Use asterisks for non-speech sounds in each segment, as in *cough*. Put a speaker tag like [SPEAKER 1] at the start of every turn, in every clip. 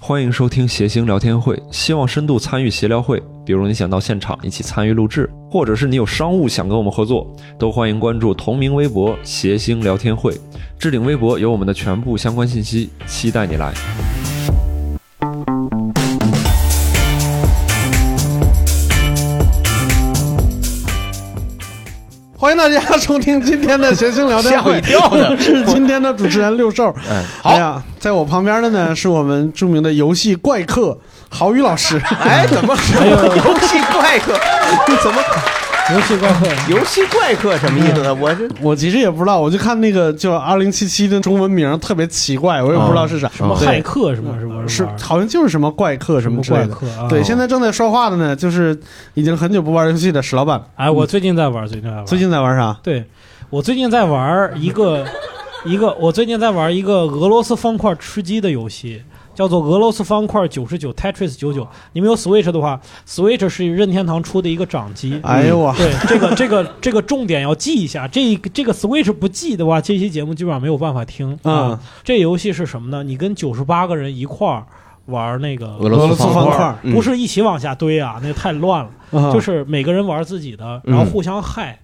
[SPEAKER 1] 欢迎收听谐星聊天会，希望深度参与协聊会。比如你想到现场一起参与录制，或者是你有商务想跟我们合作，都欢迎关注同名微博“谐星聊天会”，置顶微博有我们的全部相关信息，期待你来。
[SPEAKER 2] 欢迎大家收听今天的谐星聊天
[SPEAKER 3] 吓
[SPEAKER 2] 会，
[SPEAKER 3] 我一跳呢
[SPEAKER 2] 我是 *laughs* 今天的主持人六兽。
[SPEAKER 3] 嗯，
[SPEAKER 2] 哎呀，在我旁边的呢是我们著名的游戏怪客郝宇老师。
[SPEAKER 3] 哎，怎么什么游戏怪客？怎么
[SPEAKER 4] *laughs* 游戏怪客，
[SPEAKER 3] 游戏怪客什么意思呢？我这
[SPEAKER 2] *laughs* 我其实也不知道，我就看那个就二零七七的中文名特别奇怪，我也不知道是啥，
[SPEAKER 4] *laughs*
[SPEAKER 3] 什么
[SPEAKER 2] 哦对
[SPEAKER 4] 骇客什么什么
[SPEAKER 2] 是
[SPEAKER 4] 玩意儿
[SPEAKER 2] 好像就是什么怪客什
[SPEAKER 4] 什
[SPEAKER 2] 么
[SPEAKER 4] 么
[SPEAKER 2] 之类
[SPEAKER 4] 怪
[SPEAKER 2] 的。
[SPEAKER 4] 客啊？
[SPEAKER 2] 对，现在正在说话的呢，就是已经很久不玩游戏的史老板，
[SPEAKER 4] 哎，我最近在玩，最近在玩，
[SPEAKER 2] 最近在玩啥？
[SPEAKER 4] 对我最近在玩一个一个，我最近在玩一个俄罗斯方块吃鸡的游戏。叫做俄罗斯方块九十九 Tetris 九九，你们有 Switch 的话，Switch 是任天堂出的一个掌机。
[SPEAKER 2] 哎呦
[SPEAKER 4] *laughs*
[SPEAKER 2] 我，
[SPEAKER 4] 对，这个这个这个重点要记一下，这个这个 Switch 不记的话，这期节目基本上没有办法听啊、
[SPEAKER 2] 嗯
[SPEAKER 4] 这游戏是什么呢？你跟九十八个人一块儿玩那个
[SPEAKER 3] 俄罗斯方
[SPEAKER 2] 块
[SPEAKER 3] 块
[SPEAKER 2] 儿，
[SPEAKER 3] 嗯
[SPEAKER 4] 不是一起往下堆啊，那个太乱了。
[SPEAKER 2] 啊嗯
[SPEAKER 4] 就是每个人玩自己的，然后互相害。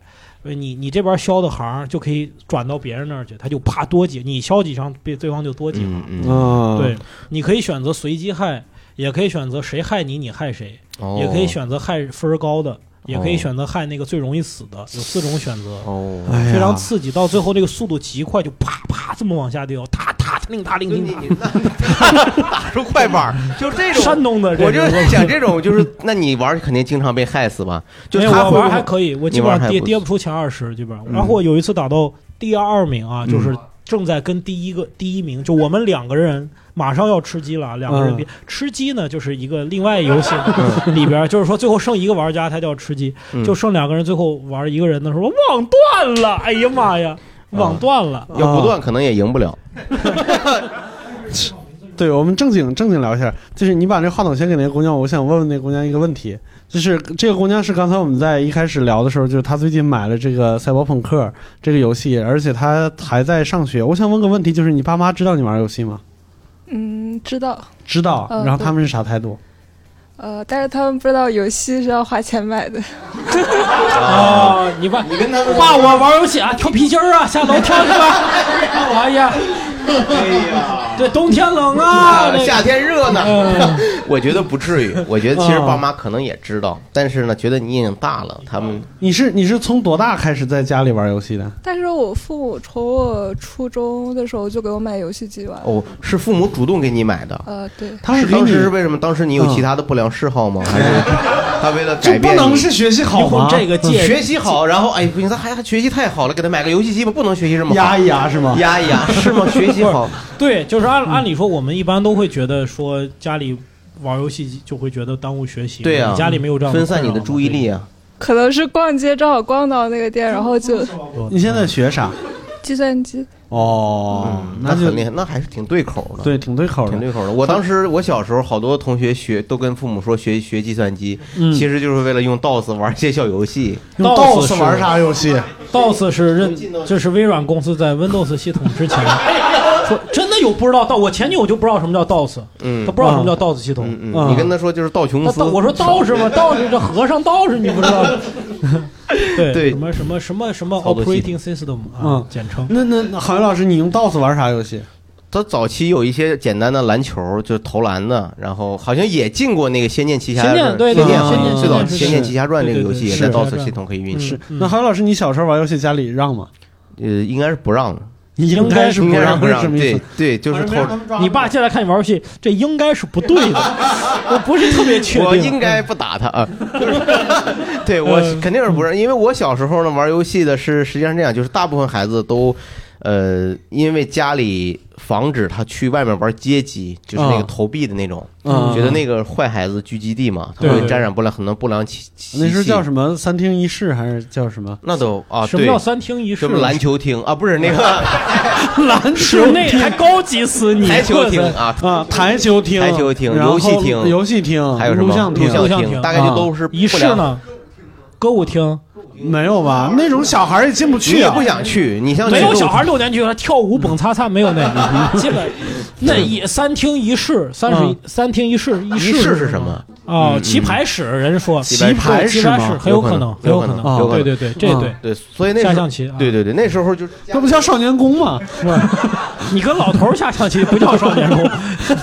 [SPEAKER 4] 呃你你这边消的行就可以转到别人那儿去，他就啪多几，你消几行，别对方就多几行。
[SPEAKER 3] 嗯嗯，
[SPEAKER 2] 嗯，
[SPEAKER 4] 对，，你可以选择随机害，也可以选择谁害你你害谁，
[SPEAKER 3] 哦
[SPEAKER 4] 也可以选择害分儿高
[SPEAKER 2] 哦
[SPEAKER 4] 的，也可以选择害那个最容易死的，有四种选择。
[SPEAKER 3] 哦。
[SPEAKER 2] 哎呀
[SPEAKER 4] 非常刺激，到最后这个速度极快，就啪啪这么往下掉，踏踏踏令踏令
[SPEAKER 3] 就
[SPEAKER 4] 令
[SPEAKER 3] 你
[SPEAKER 4] 踏。
[SPEAKER 3] 你那打出快板儿，就这种，
[SPEAKER 4] 山东的这
[SPEAKER 3] 我就
[SPEAKER 4] 个，
[SPEAKER 3] 在想这种，就是那你玩儿肯定经常被害死吧？就
[SPEAKER 4] 没有
[SPEAKER 3] 他
[SPEAKER 4] 我
[SPEAKER 3] 会
[SPEAKER 4] 玩
[SPEAKER 3] 不
[SPEAKER 4] 还
[SPEAKER 3] 会
[SPEAKER 4] 可以，我
[SPEAKER 3] 你
[SPEAKER 4] 基本
[SPEAKER 3] 玩
[SPEAKER 4] 上
[SPEAKER 3] 还
[SPEAKER 4] 跌
[SPEAKER 3] 不
[SPEAKER 4] 跌不出前二十，基本上。
[SPEAKER 3] 嗯
[SPEAKER 4] 然后我有一次打到第二名啊，
[SPEAKER 3] 嗯
[SPEAKER 4] 就是正在跟第一个第一名，就我们两个人马上要吃鸡了，啊两
[SPEAKER 3] 嗯
[SPEAKER 4] 个人比吃鸡呢，就是一个另外游戏 *laughs* 里边，就是说最后剩一个玩家，他叫吃鸡，
[SPEAKER 3] 嗯
[SPEAKER 4] 就剩两个人，最后玩一个人的时候网断了，哎呀妈呀，
[SPEAKER 3] 嗯
[SPEAKER 4] 网断了。
[SPEAKER 3] 要不断可能也赢不了。
[SPEAKER 2] 对，我们正经正经聊一下，就是你把这话筒先给那个姑娘，我想问问那个姑娘一个问题，就是这个姑娘是刚才我们在一开始聊的时候，就是她最近买了这个《赛博朋克》这个游戏，而且她还在上学。我想问个问题，就是你爸妈知道你玩游戏吗？
[SPEAKER 5] 嗯，知道。
[SPEAKER 2] 知道，
[SPEAKER 5] 嗯
[SPEAKER 2] 然后他们是啥态度？
[SPEAKER 5] 呃，但是他们不知道游戏是要花钱买的。
[SPEAKER 4] 啊！你爸，爸，我玩游戏啊，跳皮筋儿啊，下楼跳去吧。 *laughs* 哎呀，对，冬天冷
[SPEAKER 3] 哎
[SPEAKER 4] 啊，这
[SPEAKER 3] 夏天热呢，
[SPEAKER 4] 嗯
[SPEAKER 3] 我觉得不至于。我觉得其实
[SPEAKER 2] 啊
[SPEAKER 3] 爸妈可能也知道，但是呢，觉得你已经大了，他们
[SPEAKER 2] 你是你是从多大开始在家里玩游戏的？
[SPEAKER 5] 但是我父母从我初中的时候就给我买游戏机玩。
[SPEAKER 3] 哦是父母主动给你买的。
[SPEAKER 5] 呃，对，
[SPEAKER 2] 他是给
[SPEAKER 3] 当
[SPEAKER 2] 你
[SPEAKER 3] 时是为什么？当时你嗯有其他的不良嗜好吗？还是他为了
[SPEAKER 2] 就
[SPEAKER 3] 改
[SPEAKER 2] 不
[SPEAKER 3] 变
[SPEAKER 2] 能
[SPEAKER 3] 你
[SPEAKER 2] 是学习
[SPEAKER 4] 一
[SPEAKER 2] 好
[SPEAKER 4] 会
[SPEAKER 2] 吗
[SPEAKER 4] 儿？这个借
[SPEAKER 3] 嗯学习好，然后哎，不行，他还还学习太好了，给他买个游戏机吧，不能学习这么好
[SPEAKER 2] 压一压是吗？
[SPEAKER 3] 压一压是吗？学习好，
[SPEAKER 4] 对，就是按按理说，我们一般都会觉得说家里玩游戏机就会觉得耽误学习。
[SPEAKER 3] *laughs* 对啊
[SPEAKER 4] 你家里没有这样
[SPEAKER 3] 分散你
[SPEAKER 4] 困
[SPEAKER 3] 的
[SPEAKER 4] 扰吗
[SPEAKER 3] 注意力。啊。
[SPEAKER 5] 可能是逛街正好逛到那个店，然后就
[SPEAKER 2] 你现在学啥？
[SPEAKER 5] 计算机。
[SPEAKER 2] 哦，那就
[SPEAKER 3] 很厉害，嗯那还是挺对口的。
[SPEAKER 2] 对，挺对口
[SPEAKER 3] 挺
[SPEAKER 2] 的。
[SPEAKER 3] 对口的。我当时我小时候，好多同学学都跟父母说学学计算机，
[SPEAKER 4] 嗯
[SPEAKER 3] 其实就是为了用 DOS 玩一些小游戏。
[SPEAKER 2] 用
[SPEAKER 4] DOS
[SPEAKER 2] DOS
[SPEAKER 4] 是
[SPEAKER 2] 玩啥游戏？
[SPEAKER 4] DOS 是任，这是微软公司在 Windows 系统之前说真的有不知道到，我前女友就不知道什么叫 DOS，
[SPEAKER 3] 嗯
[SPEAKER 4] 她不知道什么叫 DOS 系统。
[SPEAKER 3] 嗯嗯，
[SPEAKER 2] 啊
[SPEAKER 3] 你跟他说就是道琼
[SPEAKER 4] 那
[SPEAKER 3] 斯，
[SPEAKER 4] 道我说道
[SPEAKER 3] *laughs*
[SPEAKER 4] 士嘛，道士这和尚道士你不知道？对
[SPEAKER 3] 对
[SPEAKER 4] 什么什么什么什么
[SPEAKER 3] 操作系
[SPEAKER 4] operating system 啊
[SPEAKER 2] 嗯，
[SPEAKER 4] 简称。
[SPEAKER 2] 那那那郝云老师，你用 DOS 玩啥游戏？
[SPEAKER 3] 他早期有一些简单的篮球，就是投篮的，然后好像也进过那个《仙剑奇侠传》。
[SPEAKER 4] 仙剑对
[SPEAKER 2] 对
[SPEAKER 3] 仙剑好
[SPEAKER 2] 对
[SPEAKER 3] 像
[SPEAKER 2] 仙剑
[SPEAKER 3] 啊最早《
[SPEAKER 2] 是
[SPEAKER 3] 仙剑奇侠传》这个游戏也在
[SPEAKER 2] 对对
[SPEAKER 4] 对
[SPEAKER 3] DOS 系统可以运行
[SPEAKER 2] 是。
[SPEAKER 4] 嗯
[SPEAKER 2] 那郝宇老师，你小时候玩游戏家里让吗？
[SPEAKER 3] 呃，应该是不让的，
[SPEAKER 2] 应该是
[SPEAKER 3] 应
[SPEAKER 2] 不
[SPEAKER 3] 该是
[SPEAKER 2] 让，
[SPEAKER 3] 不让
[SPEAKER 2] 是什。么意
[SPEAKER 3] 对
[SPEAKER 2] 思？
[SPEAKER 3] 对，就是偷。
[SPEAKER 4] 你爸现在看你玩游戏，这应该是不对
[SPEAKER 3] *laughs*
[SPEAKER 4] 的，我不是特别确定。
[SPEAKER 3] 我应该不打他啊，对我
[SPEAKER 4] 嗯
[SPEAKER 3] 肯定是不让，因为我小时候呢玩游戏的是实际上是这样，就是大部分孩子都，呃，因为家里防止他去外面玩街机，就是那个
[SPEAKER 2] 啊
[SPEAKER 3] 投币的那种，
[SPEAKER 2] 嗯
[SPEAKER 3] 觉得那个坏孩子聚集地嘛，他
[SPEAKER 4] 对
[SPEAKER 3] 会
[SPEAKER 4] 对
[SPEAKER 3] 沾染不良很多不良习习气。
[SPEAKER 2] 那时候叫什么？三厅一室还是叫什么？
[SPEAKER 3] 那都啊，
[SPEAKER 4] 什么
[SPEAKER 3] 对，
[SPEAKER 4] 叫三厅一室？
[SPEAKER 3] 什么篮球厅啊，不是那个
[SPEAKER 2] 篮 *laughs*
[SPEAKER 4] 室内还高级死你！
[SPEAKER 3] 台球厅
[SPEAKER 4] 我操
[SPEAKER 3] 啊，
[SPEAKER 2] 啊，台球厅、
[SPEAKER 3] 台球厅
[SPEAKER 2] 然后
[SPEAKER 3] 游戏厅
[SPEAKER 2] 游戏厅，
[SPEAKER 3] 还有什么
[SPEAKER 2] 啊录像
[SPEAKER 3] 录
[SPEAKER 2] 厅、
[SPEAKER 4] 录像
[SPEAKER 3] 厅，
[SPEAKER 4] 厅
[SPEAKER 3] 大概就都是
[SPEAKER 4] 一
[SPEAKER 3] 不
[SPEAKER 4] 室
[SPEAKER 3] 良
[SPEAKER 4] 呢？歌舞厅、
[SPEAKER 2] 没有吧？那种小孩儿也进不
[SPEAKER 3] 你
[SPEAKER 2] 去
[SPEAKER 3] 也
[SPEAKER 2] 啊
[SPEAKER 3] 不。想去，你像
[SPEAKER 4] 没
[SPEAKER 3] 那
[SPEAKER 4] 有
[SPEAKER 3] 种
[SPEAKER 4] 小孩六年级了跳舞蹦擦擦没有那，
[SPEAKER 3] *laughs*
[SPEAKER 4] 这个那一三厅一室，三十一
[SPEAKER 3] 嗯
[SPEAKER 4] 三厅一室，一
[SPEAKER 3] 仪
[SPEAKER 4] 室
[SPEAKER 3] 式
[SPEAKER 4] 是
[SPEAKER 3] 啊是什么？
[SPEAKER 4] 哦，
[SPEAKER 3] 嗯
[SPEAKER 4] 棋牌室，人家说
[SPEAKER 3] 棋牌
[SPEAKER 4] 牌
[SPEAKER 2] 室
[SPEAKER 4] 棋牌
[SPEAKER 2] 吗
[SPEAKER 4] 室很
[SPEAKER 3] 有
[SPEAKER 4] 可
[SPEAKER 3] 可
[SPEAKER 4] 能
[SPEAKER 3] 能，
[SPEAKER 4] 很有
[SPEAKER 3] 有可
[SPEAKER 4] 能
[SPEAKER 3] 能有，可
[SPEAKER 4] 对
[SPEAKER 3] 能
[SPEAKER 4] 对对，这
[SPEAKER 2] 嗯
[SPEAKER 4] 对
[SPEAKER 3] 对，所以那
[SPEAKER 4] 下
[SPEAKER 3] 时候
[SPEAKER 4] 象棋啊，
[SPEAKER 3] 对对对，那时候就是
[SPEAKER 2] 那不叫少年宫吗？
[SPEAKER 4] *laughs* 你跟老头儿下象棋不叫少年宫，
[SPEAKER 3] *laughs*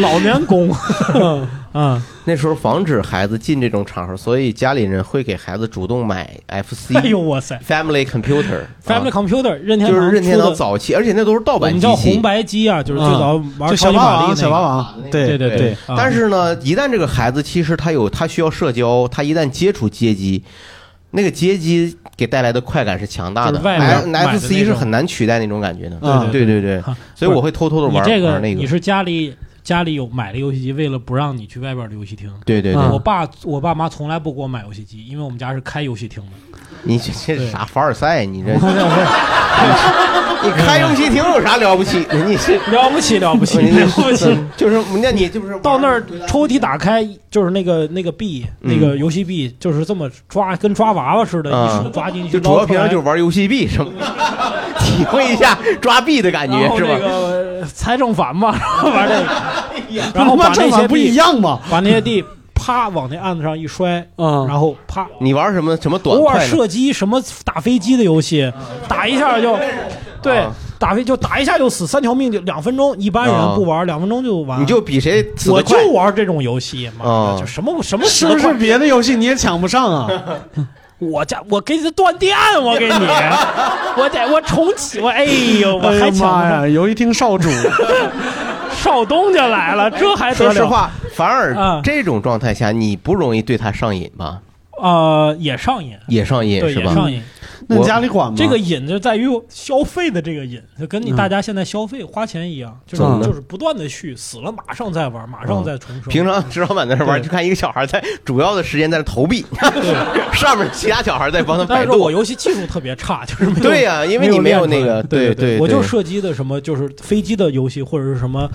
[SPEAKER 4] 老年
[SPEAKER 2] *laughs*
[SPEAKER 4] 宫， *laughs* 嗯，
[SPEAKER 3] 那时候防止孩子进这种场合，所以家里人会给孩子主动买 FC
[SPEAKER 4] 哎呦哇塞
[SPEAKER 3] Family Computer
[SPEAKER 4] *laughs*
[SPEAKER 3] 啊
[SPEAKER 4] ，Family Computer 任天堂
[SPEAKER 3] 就是任天
[SPEAKER 4] 出
[SPEAKER 3] 堂
[SPEAKER 4] 的
[SPEAKER 3] 早期，而且那都是盗
[SPEAKER 4] 我
[SPEAKER 3] 版
[SPEAKER 4] 们
[SPEAKER 3] 机
[SPEAKER 4] 叫红
[SPEAKER 3] 器。
[SPEAKER 4] 白机啊，就是最
[SPEAKER 2] 嗯
[SPEAKER 4] 早玩
[SPEAKER 2] 就
[SPEAKER 4] 超
[SPEAKER 2] 小
[SPEAKER 4] 级
[SPEAKER 2] 霸
[SPEAKER 4] 玛丽
[SPEAKER 2] 王，小霸
[SPEAKER 4] 那个，
[SPEAKER 2] 王，
[SPEAKER 4] 对
[SPEAKER 2] 对
[SPEAKER 4] 对对，啊
[SPEAKER 3] 但是呢，一旦这个孩子其实他有他需要社交，他一旦接触街机，那个街机给带来的快感是强大的
[SPEAKER 4] 就是外面
[SPEAKER 3] 哎
[SPEAKER 4] 买的那
[SPEAKER 3] ，FC
[SPEAKER 4] 种
[SPEAKER 3] 是很难取代那种感觉的。
[SPEAKER 2] 啊
[SPEAKER 3] 对对对
[SPEAKER 4] 哈，
[SPEAKER 3] 所以我会偷偷的
[SPEAKER 4] 你
[SPEAKER 3] 玩
[SPEAKER 4] 这个
[SPEAKER 3] 玩那
[SPEAKER 4] 你啊
[SPEAKER 3] 个。
[SPEAKER 4] 是家里家里有买了游戏机，为了不让你去外边的游戏厅。
[SPEAKER 3] 对对对，
[SPEAKER 2] 嗯
[SPEAKER 4] 我爸我爸妈从来不给我买游戏机，因为我们家是开游戏厅的。
[SPEAKER 3] 你这这
[SPEAKER 4] 对
[SPEAKER 3] 是啥凡尔赛？你这你开游戏厅有啥了不起的？你是
[SPEAKER 4] 了不起了嗯 *laughs* 不起
[SPEAKER 3] 你
[SPEAKER 4] 了不起！
[SPEAKER 3] 就是那你就是玩
[SPEAKER 4] 到那儿抽屉打开就是那个那个币，
[SPEAKER 3] 嗯
[SPEAKER 4] 那个游戏币就是这么抓，跟抓娃娃似的，
[SPEAKER 3] 啊
[SPEAKER 4] 一手抓进去，
[SPEAKER 3] 就主要平常就是
[SPEAKER 4] 是
[SPEAKER 3] 玩游戏币
[SPEAKER 4] *laughs*
[SPEAKER 3] 什么的，体会一下抓币的感
[SPEAKER 4] 然
[SPEAKER 3] 觉
[SPEAKER 4] 后
[SPEAKER 3] 是
[SPEAKER 4] 哦那
[SPEAKER 3] 吧？
[SPEAKER 4] 个财政反嘛，然后玩这个，然后把
[SPEAKER 2] 他妈
[SPEAKER 4] 那
[SPEAKER 2] 正
[SPEAKER 4] 些
[SPEAKER 2] 反不一
[SPEAKER 4] 币
[SPEAKER 2] 样嘛。
[SPEAKER 4] 把那些地啪往那案子上一摔，
[SPEAKER 2] 嗯，
[SPEAKER 4] 然后啪
[SPEAKER 3] 你玩什么什啊么短
[SPEAKER 4] 偶尔
[SPEAKER 3] 快呢？
[SPEAKER 4] 射击什么打飞机的游戏，打一下就，对
[SPEAKER 3] 啊，
[SPEAKER 4] 打飞就打一下就死，三条命就两分钟，一般人不玩两分钟就完。
[SPEAKER 3] 啊你就比谁死
[SPEAKER 4] 我
[SPEAKER 3] 得快
[SPEAKER 4] 就玩这种游戏，妈
[SPEAKER 3] 啊
[SPEAKER 4] 的，就什么什么
[SPEAKER 2] 是
[SPEAKER 4] 死得
[SPEAKER 2] 不
[SPEAKER 4] 快
[SPEAKER 2] 是别的游戏你也抢不上啊？
[SPEAKER 4] 我家我给你断电，我
[SPEAKER 3] *laughs*
[SPEAKER 4] 给你，我得我重启，我哎呦，我
[SPEAKER 2] 哎呀
[SPEAKER 4] *laughs* 还抢
[SPEAKER 2] 妈
[SPEAKER 4] 不上
[SPEAKER 2] 呀！游戏厅
[SPEAKER 4] *laughs*
[SPEAKER 2] 少主，
[SPEAKER 4] 少东家来了，这还得
[SPEAKER 3] 说
[SPEAKER 4] 了？
[SPEAKER 3] 实话，反
[SPEAKER 4] 啊
[SPEAKER 3] 而这种状态下你不容易对他上瘾吧？
[SPEAKER 4] 呃，也上瘾，
[SPEAKER 3] 也上瘾
[SPEAKER 4] 对，
[SPEAKER 3] 是
[SPEAKER 4] 也
[SPEAKER 3] 吧？
[SPEAKER 4] 上瘾。
[SPEAKER 2] 那你
[SPEAKER 3] 我
[SPEAKER 2] 家里管吗？
[SPEAKER 4] 这个
[SPEAKER 3] 嗯
[SPEAKER 4] 瘾就在于消费的这个瘾，就跟你大家现在消费花钱一样，就是
[SPEAKER 2] 嗯
[SPEAKER 4] 就是不断的续，死了马上再玩，马上再重生。
[SPEAKER 3] 嗯平常石老板在那玩，
[SPEAKER 4] 对
[SPEAKER 3] 就看一个小孩在主要的时间在那投币， *laughs* 上面其他小孩在帮他
[SPEAKER 4] 但
[SPEAKER 3] 摆
[SPEAKER 4] 是我
[SPEAKER 3] 渡。
[SPEAKER 4] 游戏技术特别差，就是没有。
[SPEAKER 3] *laughs* 对呀，因为你没有那个，
[SPEAKER 4] 对
[SPEAKER 3] 对，
[SPEAKER 4] 我就
[SPEAKER 3] 对
[SPEAKER 4] 射击的什么，就是飞机的游戏或者是什么。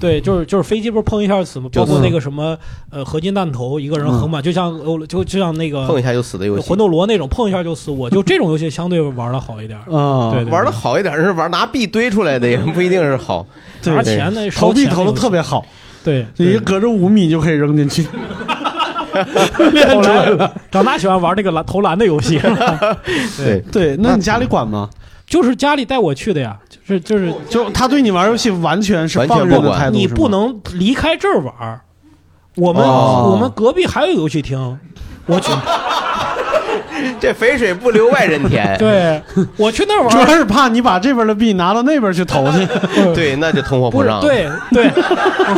[SPEAKER 4] 对，就是就是飞机不是碰一下死吗？包括
[SPEAKER 3] 嗯
[SPEAKER 4] 那个什么呃合金弹头，一个人横满，就像欧就就像那
[SPEAKER 3] 碰
[SPEAKER 4] 个
[SPEAKER 3] 一下就死的游戏。
[SPEAKER 4] 魂斗罗那种碰一下就死，我就这种游戏相对玩的好一点。
[SPEAKER 2] 啊，
[SPEAKER 4] 对对
[SPEAKER 3] 嗯玩的好一点是玩拿币堆出来的，也不一定是好。
[SPEAKER 2] 对
[SPEAKER 4] 拿钱呢，
[SPEAKER 2] 投币
[SPEAKER 4] 烧钱
[SPEAKER 2] 投
[SPEAKER 4] 游
[SPEAKER 2] 的
[SPEAKER 4] 戏
[SPEAKER 2] 特别好，
[SPEAKER 4] 对。
[SPEAKER 2] 你隔着五米就可以扔
[SPEAKER 3] *laughs*
[SPEAKER 2] 进去。
[SPEAKER 4] *laughs* 后来长大喜欢玩那个篮投篮的游戏，
[SPEAKER 3] 对，
[SPEAKER 2] 对，那你家里管吗？
[SPEAKER 4] 就是家里带我去的呀，就是就是
[SPEAKER 2] 就他对你玩游戏完全是
[SPEAKER 3] 完全
[SPEAKER 2] 放任
[SPEAKER 3] 不
[SPEAKER 2] 的
[SPEAKER 3] 管
[SPEAKER 2] 态度，
[SPEAKER 4] 你
[SPEAKER 2] 是吗
[SPEAKER 4] 不
[SPEAKER 2] *laughs*
[SPEAKER 4] 能离开这儿玩儿。我们、
[SPEAKER 3] 哦
[SPEAKER 4] 我们隔壁还有游戏厅，我去，
[SPEAKER 3] 这肥水不流外人
[SPEAKER 4] *laughs*
[SPEAKER 3] 田。
[SPEAKER 4] 对我去那儿玩
[SPEAKER 2] 主要
[SPEAKER 4] 儿，
[SPEAKER 2] 是怕你把这边的币拿到那边去投去。
[SPEAKER 4] *laughs*
[SPEAKER 3] 对，那就通货
[SPEAKER 4] 不
[SPEAKER 3] 膨
[SPEAKER 4] 是
[SPEAKER 3] 胀。
[SPEAKER 4] 对对，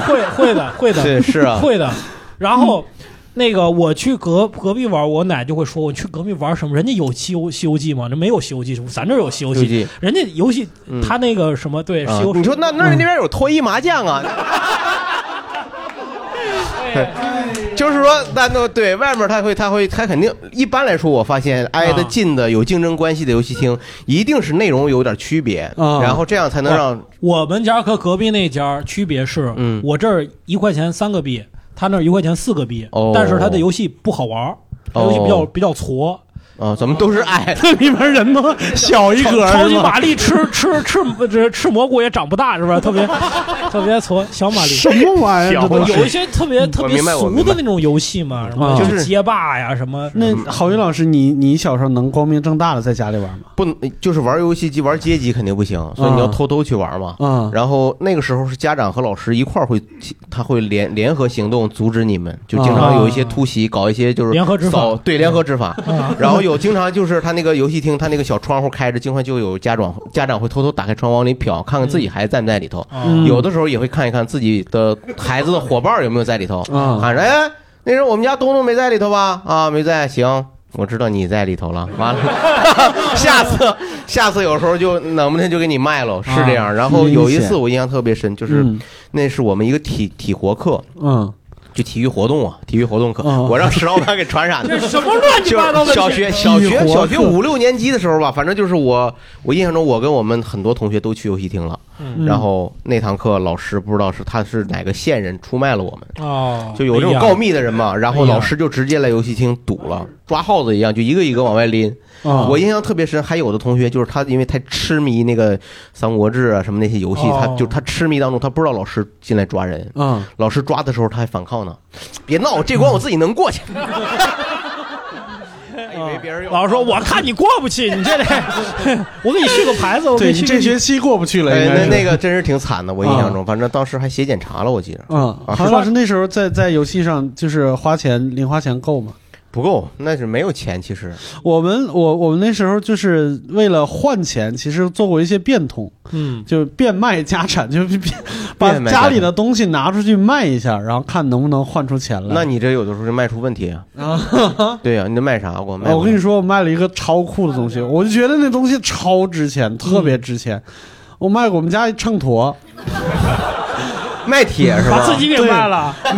[SPEAKER 4] 会会的会的
[SPEAKER 3] 对是啊，
[SPEAKER 4] *laughs* 会的。然后那个我去隔隔壁玩儿，我奶就会说我去隔壁玩儿什么，人家有西游西游记吗？这没有西游记，咱这儿有西游
[SPEAKER 3] 游
[SPEAKER 4] 记
[SPEAKER 3] 记。
[SPEAKER 4] 人家游戏他那个什么对
[SPEAKER 3] 啊
[SPEAKER 4] 西游，
[SPEAKER 3] 你说那
[SPEAKER 4] 嗯
[SPEAKER 3] 那那边有脱衣麻将啊？ *laughs* 就是说，那那对外面他会，他会，他肯定一般来说，我发现挨
[SPEAKER 4] 啊
[SPEAKER 3] 得近的有竞争关系的游戏厅，一定是内容有点区别，
[SPEAKER 2] 啊
[SPEAKER 3] 然后这样才能让
[SPEAKER 4] 我们家和隔壁那家区别是，
[SPEAKER 3] 嗯
[SPEAKER 4] 我这儿一块钱三个币，他那儿一块钱四个币，
[SPEAKER 3] 哦
[SPEAKER 4] 但是他的游戏不好玩儿，他游戏比较、比较矬。
[SPEAKER 3] 啊，咱们都是爱，
[SPEAKER 2] 那里边人都
[SPEAKER 4] *laughs*
[SPEAKER 2] 小一格，
[SPEAKER 4] 超级
[SPEAKER 2] 是吧
[SPEAKER 4] 玛丽吃 *laughs* 吃吃吃吃蘑菇也长不大，是吧？特
[SPEAKER 3] *laughs*
[SPEAKER 4] 别特别矬，小玛丽。
[SPEAKER 2] 什么玩意儿？
[SPEAKER 3] 小
[SPEAKER 2] 这都
[SPEAKER 4] 有
[SPEAKER 2] 是
[SPEAKER 4] 一些特别特别
[SPEAKER 3] 明白我
[SPEAKER 4] 俗
[SPEAKER 3] 明
[SPEAKER 4] 的
[SPEAKER 3] 白
[SPEAKER 4] 那种游戏嘛，什么
[SPEAKER 2] 啊
[SPEAKER 4] 就是街霸呀，什么
[SPEAKER 3] 嗯
[SPEAKER 2] 那郝云老师，你你小时候能光明正大的在家里玩吗？
[SPEAKER 3] 不能就是玩游戏机玩街机肯定不行，所以你要
[SPEAKER 4] 嗯
[SPEAKER 3] 偷偷去玩嘛。
[SPEAKER 2] 啊，
[SPEAKER 3] 然后那个时候是家长和老师一块儿会，他会联联合行动阻止你们，就经常有一些突袭，搞一些就是
[SPEAKER 4] 嗯联合执法
[SPEAKER 3] 扫对联合执法。
[SPEAKER 4] 啊
[SPEAKER 3] 然后有经常就是他那个游戏厅，他那个小窗户开着，经常就有家长家长会偷偷打开窗往里瞟，看看自己孩子在不在里头。
[SPEAKER 4] 啊
[SPEAKER 2] 嗯
[SPEAKER 3] 有的时候也会看一看自己的孩子的伙伴有没有在里头，
[SPEAKER 2] 啊
[SPEAKER 3] 喊着哎，那时候我们家东东没在里头吧？啊，没在，行。我知道你在里头了，完了， *laughs* 下次下次有时候就能不能就给你卖了，是这样。然后有一次我印象特别深，就是
[SPEAKER 2] 啊嗯
[SPEAKER 3] 那是我们一个体体活课，
[SPEAKER 2] 嗯
[SPEAKER 3] 就体育活动啊，体育活动课，
[SPEAKER 2] 哦
[SPEAKER 3] 我让石老板给传染的。
[SPEAKER 4] 这什么乱七
[SPEAKER 3] 就
[SPEAKER 4] 八糟的
[SPEAKER 3] 是小
[SPEAKER 4] 天
[SPEAKER 3] 学小
[SPEAKER 2] 一活
[SPEAKER 3] 学小
[SPEAKER 2] 课
[SPEAKER 3] 学五六年级的时候吧，反正就是我我印象中我跟我们很多同学都去游戏厅了，
[SPEAKER 4] 嗯
[SPEAKER 3] 然后那堂课老师不知道是他是哪个县人出卖了我们，
[SPEAKER 4] 哦，
[SPEAKER 3] 就有这种告密的人嘛，然后
[SPEAKER 4] 哎呀
[SPEAKER 3] 老师就直接来游戏厅堵了，抓耗子一样，就一个一个往外拎。
[SPEAKER 2] 啊，
[SPEAKER 3] 我印象特别深，还有的同学就是他因为太痴迷那个《三国志》啊什么那些游戏，
[SPEAKER 4] 哦
[SPEAKER 3] 他就他痴迷当中他不知道老师进来抓人，
[SPEAKER 2] 啊，
[SPEAKER 3] 老师抓的时候他还反抗呢，别闹，这关我自己能过 *laughs* 去。还以为别人要
[SPEAKER 4] 哎老师说：“我看你过不去，你这
[SPEAKER 3] *laughs*
[SPEAKER 4] 得，我给你续个牌子，我给
[SPEAKER 2] 对
[SPEAKER 4] 你
[SPEAKER 2] 你
[SPEAKER 4] 续
[SPEAKER 2] 这
[SPEAKER 4] 个
[SPEAKER 2] 学期过不去了，
[SPEAKER 3] 哎
[SPEAKER 2] 应该
[SPEAKER 3] 那
[SPEAKER 2] 是
[SPEAKER 3] 那个真是挺惨的，我印象中，反正当时还写检查了，我记着
[SPEAKER 2] 嗯，
[SPEAKER 3] 啊
[SPEAKER 2] 韩老师那时候在在游戏上就是花钱零花钱够吗？
[SPEAKER 3] 不够，那是没有钱，其实
[SPEAKER 2] 我们我我们那时候就是为了换钱，其实做过一些变通，
[SPEAKER 4] 嗯，
[SPEAKER 2] 就变卖家产，就变把
[SPEAKER 3] 变卖家
[SPEAKER 2] 家
[SPEAKER 3] 产
[SPEAKER 2] 里的东西拿出去卖一下，然后看能不能换出钱来。
[SPEAKER 3] 那你这有的时候就卖出问题 *laughs* 啊。对呀、你这卖啥？我卖嗯
[SPEAKER 2] 啊我跟你
[SPEAKER 3] 说，
[SPEAKER 2] 说，我卖了一个超酷的东西，我就觉得那东西超值钱，特别值钱。我卖给我们家一秤砣，
[SPEAKER 3] 卖铁是吧？
[SPEAKER 4] 把自己给卖了，
[SPEAKER 3] *laughs*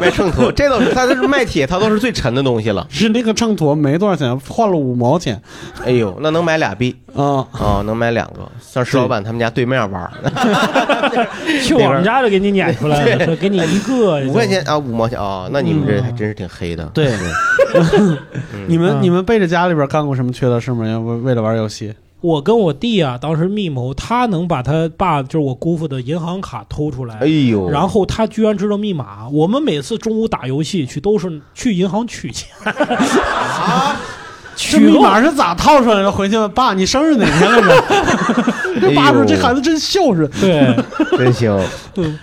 [SPEAKER 3] 卖秤砣，这倒是，他这是卖铁，他都是最沉的东西了。
[SPEAKER 2] 是那个秤砣没多少钱，换了五毛钱
[SPEAKER 3] *laughs* 哎呦，那能买俩币
[SPEAKER 2] 啊。
[SPEAKER 3] 啊、能买两个。上石老板他们家对面玩儿，
[SPEAKER 4] 去我们家就给你撵出来了，说给你一个
[SPEAKER 3] 五块钱，啊，五毛钱啊、那你们这还真是挺黑的。
[SPEAKER 2] 对，你们
[SPEAKER 4] 嗯
[SPEAKER 2] 你们背着家里边干过什么缺德事吗？要为为了玩游戏
[SPEAKER 4] 我跟我弟啊，当时密谋，他能把他爸就是我姑父的银行卡偷出来
[SPEAKER 3] *laughs* 哎，呦，
[SPEAKER 4] 然后他居然知道密码。我们每次中午打游戏去都是去银行取钱， *laughs*
[SPEAKER 3] 啊，
[SPEAKER 2] 这
[SPEAKER 4] 取
[SPEAKER 2] 密
[SPEAKER 4] 够
[SPEAKER 2] 码是咋套出来的？回去问爸，你生日哪
[SPEAKER 4] *laughs*
[SPEAKER 2] 天来着？
[SPEAKER 3] 哎呦
[SPEAKER 2] 爸 *laughs* 说这孩子真孝顺。
[SPEAKER 4] 对，
[SPEAKER 3] 真行，哦
[SPEAKER 4] 嗯。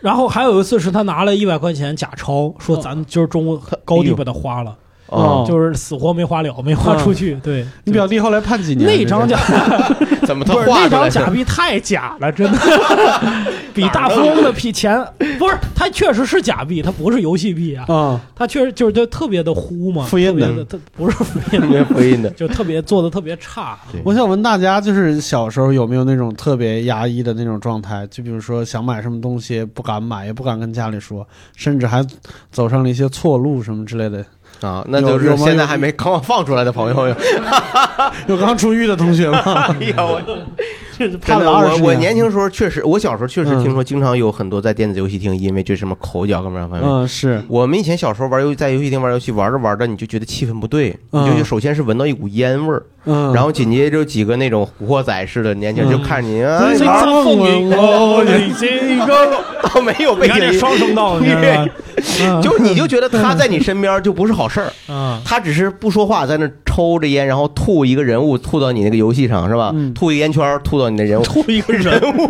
[SPEAKER 4] 然后还有一次是他拿了一百块钱假钞，说咱就是中午高低把它花了，
[SPEAKER 3] 哦，
[SPEAKER 4] 就是死活没花了，没花出去。对，
[SPEAKER 2] 你表弟后来判几年？
[SPEAKER 4] 那张假
[SPEAKER 3] 怎么他
[SPEAKER 4] 不是
[SPEAKER 3] 画
[SPEAKER 4] 那
[SPEAKER 3] 出
[SPEAKER 4] 张
[SPEAKER 3] 来
[SPEAKER 4] 假
[SPEAKER 3] *laughs* 的？
[SPEAKER 4] 币太假了，真的，比大富翁的比钱不是，它确实是假币，它不是游戏币啊，
[SPEAKER 2] 啊，
[SPEAKER 4] 它确实就是它特别的糊嘛，
[SPEAKER 2] 复印的
[SPEAKER 4] 特别的，它不是复印
[SPEAKER 3] 没
[SPEAKER 4] 的，
[SPEAKER 3] 回音的，
[SPEAKER 4] 就特别做的特别差。啊
[SPEAKER 2] 我想问大家，就是小时候有没有那种特别压抑的那种状态？就比如说想买什么东西不敢买，也不敢跟家里说，甚至还走上了一些错路什么之类的。
[SPEAKER 3] 啊，那
[SPEAKER 2] 有
[SPEAKER 3] 就
[SPEAKER 2] 有
[SPEAKER 3] 是
[SPEAKER 2] 吗
[SPEAKER 3] 现在
[SPEAKER 2] 有
[SPEAKER 3] 还没刚放出来的朋友。 *laughs*
[SPEAKER 2] 有刚出狱的同学吗？
[SPEAKER 3] 哎呀，我 *laughs* 真
[SPEAKER 2] 判了
[SPEAKER 3] 的，
[SPEAKER 2] 二
[SPEAKER 3] 我
[SPEAKER 2] 十
[SPEAKER 3] 我
[SPEAKER 2] 年
[SPEAKER 3] 年轻时候确实，我小时候确实
[SPEAKER 2] 嗯
[SPEAKER 3] 听说，经常有很多在电子游戏厅因为这什么口角各方面。
[SPEAKER 2] 嗯是
[SPEAKER 3] 我们以前小时候玩游在游戏厅玩游戏，玩着玩着你就觉得气氛不对，你就
[SPEAKER 2] 嗯
[SPEAKER 3] 首先是闻到一股烟味儿，
[SPEAKER 2] 嗯，
[SPEAKER 3] 然后紧接着有几个那种古惑仔似的年轻人就
[SPEAKER 2] 嗯
[SPEAKER 3] 看着你啊，
[SPEAKER 2] 嗯
[SPEAKER 3] 你
[SPEAKER 4] 这
[SPEAKER 3] 玩
[SPEAKER 2] 嗯
[SPEAKER 3] 儿
[SPEAKER 4] 张凤云，
[SPEAKER 2] 哦
[SPEAKER 4] 你这个，
[SPEAKER 3] 倒没有
[SPEAKER 4] 你
[SPEAKER 3] 背
[SPEAKER 4] 看这
[SPEAKER 3] 景
[SPEAKER 4] 双声道，你知道
[SPEAKER 3] *laughs*
[SPEAKER 4] 吗？嗯
[SPEAKER 3] 就是你就觉得他在你身边就不是好事儿，
[SPEAKER 4] 嗯
[SPEAKER 3] 他只是不说话，在那抽着烟，然后吐一个人物，吐到你那个游戏上是吧？
[SPEAKER 2] 嗯
[SPEAKER 3] 吐一个烟圈儿，吐到你的人物，
[SPEAKER 4] 吐一个人，
[SPEAKER 3] 物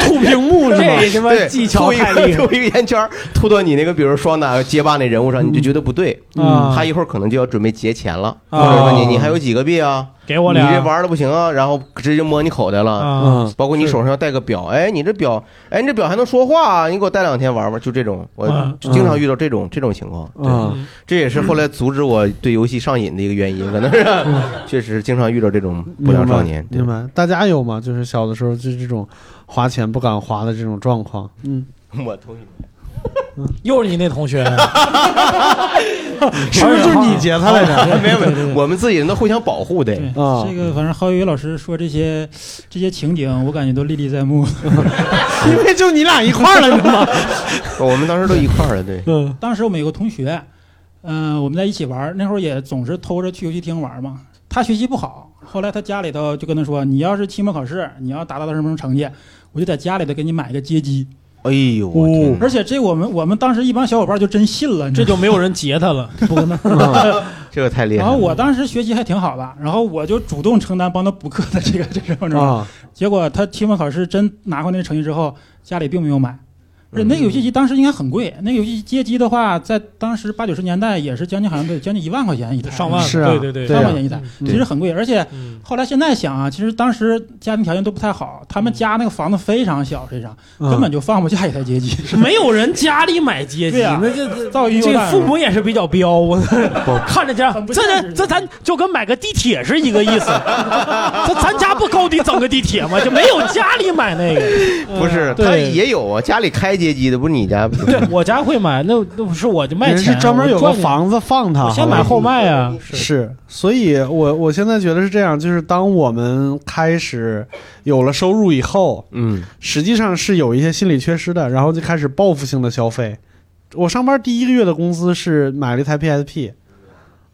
[SPEAKER 2] 吐屏幕是吗？
[SPEAKER 4] *laughs* 这
[SPEAKER 3] *laughs*
[SPEAKER 4] 他妈
[SPEAKER 3] 对，
[SPEAKER 4] 技巧
[SPEAKER 3] 吐一
[SPEAKER 4] 太
[SPEAKER 3] 个 *laughs*
[SPEAKER 4] 厉害
[SPEAKER 3] 吐一个烟圈儿，吐到你那个比如双打街霸那人物上，你就觉得不对，嗯
[SPEAKER 4] 啊！
[SPEAKER 3] 他一会儿可能就要准备结钱了，或
[SPEAKER 4] 啊
[SPEAKER 3] 者说你你还有几个币啊？
[SPEAKER 4] 给我
[SPEAKER 3] 你这
[SPEAKER 4] 俩
[SPEAKER 3] 玩的不行啊，然后直接摸你口袋了。
[SPEAKER 4] 啊，
[SPEAKER 2] 嗯，
[SPEAKER 3] 包括你手上要戴个表，哎，你这表，哎，你这表还能说话啊？你给我戴两天玩玩，就这种，我
[SPEAKER 4] 嗯
[SPEAKER 3] 就经常遇到这种这种情况。对
[SPEAKER 2] 嗯
[SPEAKER 4] 嗯
[SPEAKER 3] 这也是后来阻止我对游戏上瘾的一个原因，可能是
[SPEAKER 4] 嗯
[SPEAKER 3] *laughs* 确实经常遇到这种不良少年。对
[SPEAKER 2] 明白？明白大家有吗？就是小的时候就这种花钱不敢花的这种状况。嗯，
[SPEAKER 3] 我同意。 *laughs*
[SPEAKER 4] 又是你那同学，啊
[SPEAKER 2] 是不是就是你劫他来
[SPEAKER 4] 哦
[SPEAKER 2] 着？
[SPEAKER 3] 没有没有，我们自己人都互相保护的。
[SPEAKER 6] 对
[SPEAKER 2] 啊
[SPEAKER 6] 这个反正郝宇老师说这些这些情景，我感觉都历历在目。
[SPEAKER 2] 因为 *laughs* 就
[SPEAKER 4] *laughs*
[SPEAKER 2] 你俩一块儿了，你知道吗？
[SPEAKER 3] 我们当时都一块儿的，对。
[SPEAKER 2] 嗯
[SPEAKER 6] *laughs* 当时我们有个同学，嗯、我们在一起玩儿，那会儿也总是偷着去游戏厅玩儿嘛。他学习不好，后来他家里头就跟他说：“你要是期末考试，你要达到什么什么成绩，我就在家里头给你买个街机。
[SPEAKER 3] 哎呦，
[SPEAKER 6] 哦
[SPEAKER 3] 我天哪
[SPEAKER 6] 而且这我们我们当时一帮小伙伴就真信了，你知
[SPEAKER 4] 这
[SPEAKER 6] 道
[SPEAKER 4] 就没有人截他了。
[SPEAKER 6] 吗不可能。
[SPEAKER 3] 这个太厉害
[SPEAKER 6] 然
[SPEAKER 3] 了。
[SPEAKER 6] 后啊我当时学习还挺好的，然后我就主动承担帮他补课的这个这种
[SPEAKER 4] 哦
[SPEAKER 6] 这种。
[SPEAKER 2] 啊，
[SPEAKER 6] 结果他期末考试真拿回那个成绩之后，家里并没有买。而且
[SPEAKER 3] 嗯
[SPEAKER 6] 那个游戏机当时应该很贵，那个游戏街机的话，在当时八九十年代也是将近好像得将近一万块钱一台，
[SPEAKER 4] 上万了，
[SPEAKER 2] 是啊
[SPEAKER 4] 对对
[SPEAKER 2] 对
[SPEAKER 6] 上
[SPEAKER 2] 啊
[SPEAKER 6] 万块钱一台，
[SPEAKER 2] 嗯
[SPEAKER 6] 其实很贵。而且
[SPEAKER 4] 嗯，
[SPEAKER 6] 后来现在想啊，其实当时家庭条件都不太好，他们家那个房子非常小，实际上
[SPEAKER 2] 嗯
[SPEAKER 6] 根本就放不下一台街机。
[SPEAKER 4] 嗯 *laughs* 没有人家里买街机，
[SPEAKER 6] 对啊
[SPEAKER 4] 那这这
[SPEAKER 6] 造诣又
[SPEAKER 4] 这
[SPEAKER 6] 大
[SPEAKER 4] 父母也是比较彪，我
[SPEAKER 6] *laughs*
[SPEAKER 3] 不
[SPEAKER 4] 看着家，
[SPEAKER 6] 很不
[SPEAKER 4] 这
[SPEAKER 6] 现
[SPEAKER 4] 这
[SPEAKER 6] 实
[SPEAKER 4] 这咱就跟买个地铁是一个意思，这咱家不高低整个地铁吗？就没有家里买那个，
[SPEAKER 3] 不是
[SPEAKER 4] 对
[SPEAKER 3] 他也有啊，家里开街机的，不是你
[SPEAKER 4] *laughs*
[SPEAKER 3] 家。
[SPEAKER 4] 对我家会买，那那是我就卖
[SPEAKER 2] 人
[SPEAKER 4] 钱，啊
[SPEAKER 2] 是专门有
[SPEAKER 4] 我
[SPEAKER 2] 个
[SPEAKER 4] 赚钱，
[SPEAKER 2] 房子放它，
[SPEAKER 4] 我先
[SPEAKER 2] 好吧
[SPEAKER 4] 买后卖啊。
[SPEAKER 3] 嗯
[SPEAKER 2] 是，所以我我现在觉得是这样，就是当我们开始有了收入以后，
[SPEAKER 3] 嗯，
[SPEAKER 2] 实际上是有一些心理缺失的，然后就开始报复性的消费。我上班第一个月的工资是买了一台 PSP，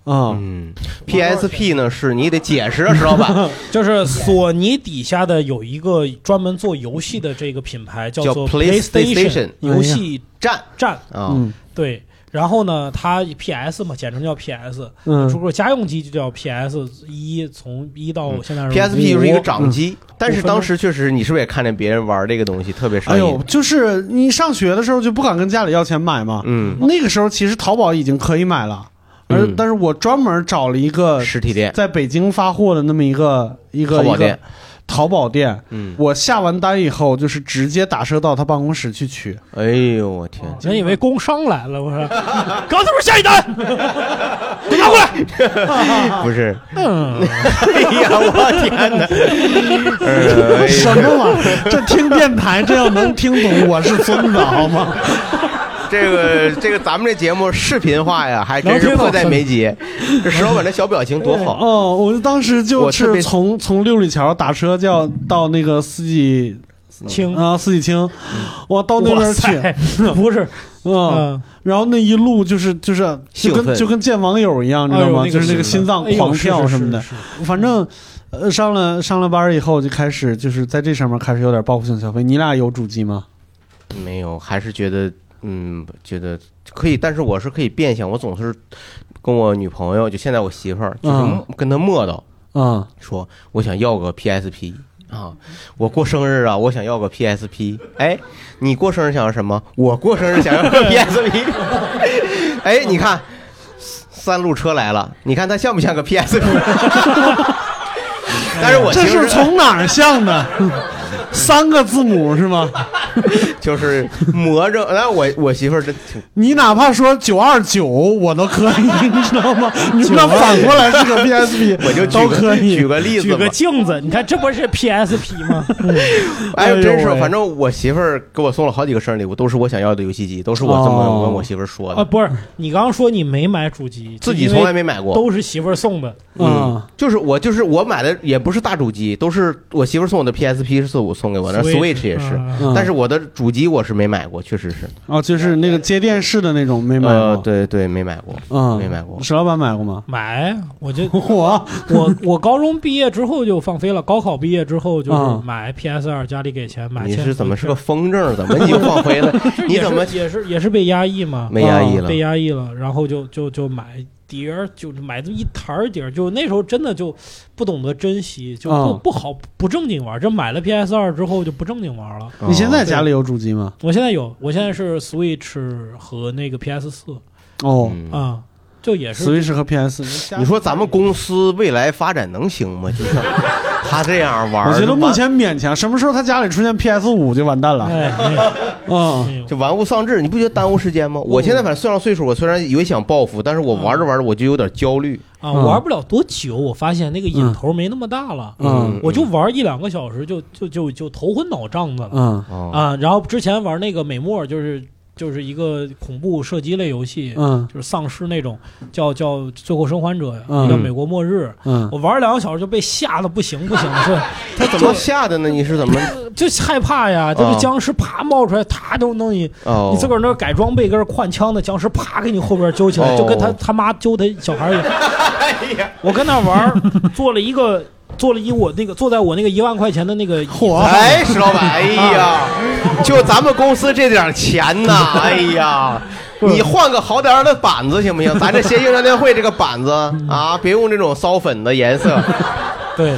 [SPEAKER 2] 啊、
[SPEAKER 3] 嗯，PSP 呢是你得解释啊，石老板
[SPEAKER 4] 就是索尼底下的有一个专门做游戏的这个品牌，叫
[SPEAKER 3] 叫
[SPEAKER 4] 做
[SPEAKER 3] PlayStation
[SPEAKER 2] 哎
[SPEAKER 4] 游戏
[SPEAKER 3] 站
[SPEAKER 4] 站。
[SPEAKER 3] 啊，
[SPEAKER 2] 嗯
[SPEAKER 4] 对，然后呢，它 PS 嘛，简称叫 PS，如
[SPEAKER 2] 嗯，
[SPEAKER 4] 果家用机就叫 PS 一，从一到
[SPEAKER 3] 嗯
[SPEAKER 4] 现在是
[SPEAKER 3] PSP 就是一个
[SPEAKER 4] 五
[SPEAKER 3] 掌机，但是当时确实你是不是也看见别人玩这个东西特别上
[SPEAKER 2] 哎呦
[SPEAKER 3] 瘾？，
[SPEAKER 2] 就是你上学的时候就不敢跟家里要钱买嘛，
[SPEAKER 3] 嗯，
[SPEAKER 2] 那个时候其实淘宝已经可以买了，而、
[SPEAKER 3] 嗯
[SPEAKER 2] 但是我专门找了一个
[SPEAKER 3] 实体店，
[SPEAKER 2] 在北京发货的那么一个一个
[SPEAKER 3] 淘宝店
[SPEAKER 2] 一个淘宝店，
[SPEAKER 3] 嗯，
[SPEAKER 2] 我下完单以后，就是直接打车到他办公室去取。
[SPEAKER 3] 哎呦我天，
[SPEAKER 4] 人以为工商来了，我 *laughs* 说，刚才不是下一单，给我拿过来。
[SPEAKER 3] 不是， *laughs*
[SPEAKER 4] 嗯，
[SPEAKER 3] 哎呀我天哪，呃哎
[SPEAKER 2] 什么玩意
[SPEAKER 3] *laughs*
[SPEAKER 2] 儿？这听电台这要能听懂，我是孙子好
[SPEAKER 3] *laughs*
[SPEAKER 2] 吗？
[SPEAKER 3] 这个这个咱们这节目视频化呀，还真是迫在眉睫。这石老板这小表情多好，啊
[SPEAKER 2] 哦，我当时就
[SPEAKER 3] 我特别
[SPEAKER 2] 是从从六里桥打车就要到那个四季
[SPEAKER 3] 嗯
[SPEAKER 4] 清。
[SPEAKER 2] 啊四季青，我到那边去，
[SPEAKER 4] 去，
[SPEAKER 2] *laughs*
[SPEAKER 4] 不是，
[SPEAKER 2] 嗯，
[SPEAKER 4] 嗯，
[SPEAKER 2] 然后那一路就是就是就
[SPEAKER 3] 兴奋
[SPEAKER 2] 跟就跟见网友一样，你知道吗？
[SPEAKER 4] 哎呦那个
[SPEAKER 2] 就是那个
[SPEAKER 4] 是
[SPEAKER 2] 心脏
[SPEAKER 4] 哎呦
[SPEAKER 2] 狂
[SPEAKER 4] 是
[SPEAKER 2] 跳
[SPEAKER 4] 是
[SPEAKER 2] 什么
[SPEAKER 4] 是
[SPEAKER 2] 的。
[SPEAKER 4] 是
[SPEAKER 2] 反正，呃，上了上了班以后就开始就是在这上面开始有点报复性消费。你俩有主机吗？
[SPEAKER 3] 没有，还是觉得嗯，觉得可以，但是我是可以变相，我总是跟我女朋友，就现在我媳妇儿，就是
[SPEAKER 2] 嗯
[SPEAKER 3] 跟她磨叨，
[SPEAKER 2] 啊、
[SPEAKER 3] 说我想要个 PSP 啊，我过生日啊，我想要个 PSP。哎，你过生日想要什么？我过生日想要
[SPEAKER 2] *laughs*
[SPEAKER 3] 个 PSP。哎， *laughs* 你看三路车来了，你看它像不像个 PSP？但是我其
[SPEAKER 2] 这
[SPEAKER 3] 实
[SPEAKER 2] 是从哪儿像的？ *laughs* 三个字母是吗？
[SPEAKER 3] 就是磨着，然后我我媳妇儿真挺
[SPEAKER 2] 你哪怕说九二九，我都可以， *laughs* 你知道吗？你那反过来是个 PSP，
[SPEAKER 3] *laughs* 我就举
[SPEAKER 2] 都可
[SPEAKER 3] 个举
[SPEAKER 2] 以。
[SPEAKER 3] 个例子
[SPEAKER 4] 举
[SPEAKER 3] 吧
[SPEAKER 4] 个，镜子，你看这不是 PSP
[SPEAKER 2] *laughs*
[SPEAKER 4] 吗？
[SPEAKER 3] *laughs* 哎呦，真是
[SPEAKER 2] 哎呦，喂
[SPEAKER 3] 反正我媳妇儿给我送了好几个生日礼物，都是我想要的游戏机，都是我这么跟我媳妇儿说的，
[SPEAKER 4] 啊，不是，你刚刚说你没买主机，
[SPEAKER 3] 自己
[SPEAKER 4] 因为
[SPEAKER 3] 从来没买过，
[SPEAKER 4] 都是媳妇儿送的，
[SPEAKER 2] 嗯，
[SPEAKER 3] 就是我就是我买的也不是大主机，都是我媳妇儿送我的 PSP 是我送给我的 Switch 也是，
[SPEAKER 4] 嗯
[SPEAKER 2] 嗯
[SPEAKER 3] 但是我的主机我是没买过，确实是，
[SPEAKER 2] 哦，就是那个接电视的那种没买
[SPEAKER 3] 呃，
[SPEAKER 2] 过，
[SPEAKER 3] 对对，没买过，
[SPEAKER 2] 嗯，
[SPEAKER 3] 没买过
[SPEAKER 2] 石老板买过吗？
[SPEAKER 4] 买，我
[SPEAKER 2] *laughs*
[SPEAKER 4] 就
[SPEAKER 2] 我
[SPEAKER 4] 我我高中毕业之后就放飞了，高考毕业之后就是
[SPEAKER 2] 啊
[SPEAKER 4] 买 PS 二，家里给钱买。
[SPEAKER 3] 你
[SPEAKER 4] 千
[SPEAKER 3] 是怎么
[SPEAKER 4] 回
[SPEAKER 3] 是个风筝？怎么你就放飞 *laughs* 了？
[SPEAKER 4] 这
[SPEAKER 3] 你
[SPEAKER 4] 也
[SPEAKER 3] 怎
[SPEAKER 4] 是
[SPEAKER 3] 么
[SPEAKER 4] 也是也是被压抑嘛？啊
[SPEAKER 3] 嗯没压抑了
[SPEAKER 4] 被？压抑了，然后就就就买碟儿，就买这么一坛儿碟儿，就那时候真的就不懂得珍惜，就不、
[SPEAKER 2] 嗯
[SPEAKER 4] 不好不正经玩儿。这买了 PS 二之后就不正经玩儿了。
[SPEAKER 3] 哦
[SPEAKER 2] 你现在家里有主机吗？
[SPEAKER 4] 我现在有，我现在是 Switch 和那个 PS 四
[SPEAKER 2] 哦
[SPEAKER 3] 嗯
[SPEAKER 4] 啊，就也是。
[SPEAKER 2] ，Switch 和 PS，
[SPEAKER 3] 你说咱们公司未来发展能行吗？就像他这样玩儿，
[SPEAKER 2] 我觉得
[SPEAKER 3] 就
[SPEAKER 2] 目
[SPEAKER 3] 玩
[SPEAKER 2] 前勉强，什么时候他家里出现 PS 五就完蛋了。
[SPEAKER 4] 哎，没有
[SPEAKER 2] 嗯，
[SPEAKER 4] 没有
[SPEAKER 3] 就玩物丧志，你不觉得耽误时间吗？我现在反正算上岁数，我虽然也想报复，但是我玩着玩着我就有点焦虑。
[SPEAKER 4] 啊，
[SPEAKER 2] 嗯
[SPEAKER 4] 玩不了多久，我发现那个瘾头没那么大了，
[SPEAKER 2] 嗯
[SPEAKER 4] 我就玩一两个小时就就就就头昏脑胀的了。
[SPEAKER 2] 嗯
[SPEAKER 3] 啊，
[SPEAKER 4] 啊，然后之前玩那个美墨，就是就是一个恐怖射击类游戏，
[SPEAKER 2] 嗯
[SPEAKER 4] 就是丧尸那种，叫叫《最后生还者》，
[SPEAKER 2] 嗯
[SPEAKER 4] 叫《美国末日》。
[SPEAKER 2] 嗯，
[SPEAKER 4] 我玩了两个小时就被吓得不行
[SPEAKER 2] *laughs*
[SPEAKER 4] 不行的，
[SPEAKER 3] 他怎么吓的呢？你是怎
[SPEAKER 5] *laughs*
[SPEAKER 3] 么？
[SPEAKER 4] 就就害怕呀！
[SPEAKER 2] 嗯
[SPEAKER 4] 这
[SPEAKER 3] 啊
[SPEAKER 4] 个僵尸啪冒出来，啪都弄你，
[SPEAKER 3] 哦，
[SPEAKER 4] 你自个儿那儿改装备跟人换枪的僵尸啪给你后边揪起来，
[SPEAKER 3] 哦
[SPEAKER 4] 就跟他他妈揪他小孩一样。我跟那玩儿， *laughs* 做了一个做了一我那个坐在我那个一万块钱的那个椅子上
[SPEAKER 3] 哎，石老板，哎呀，就咱们公司这点钱呐，哎呀，你换个好点儿的板子行不行？咱这谐星聊天会这个板子啊，别用这种骚粉的颜色。
[SPEAKER 4] 对，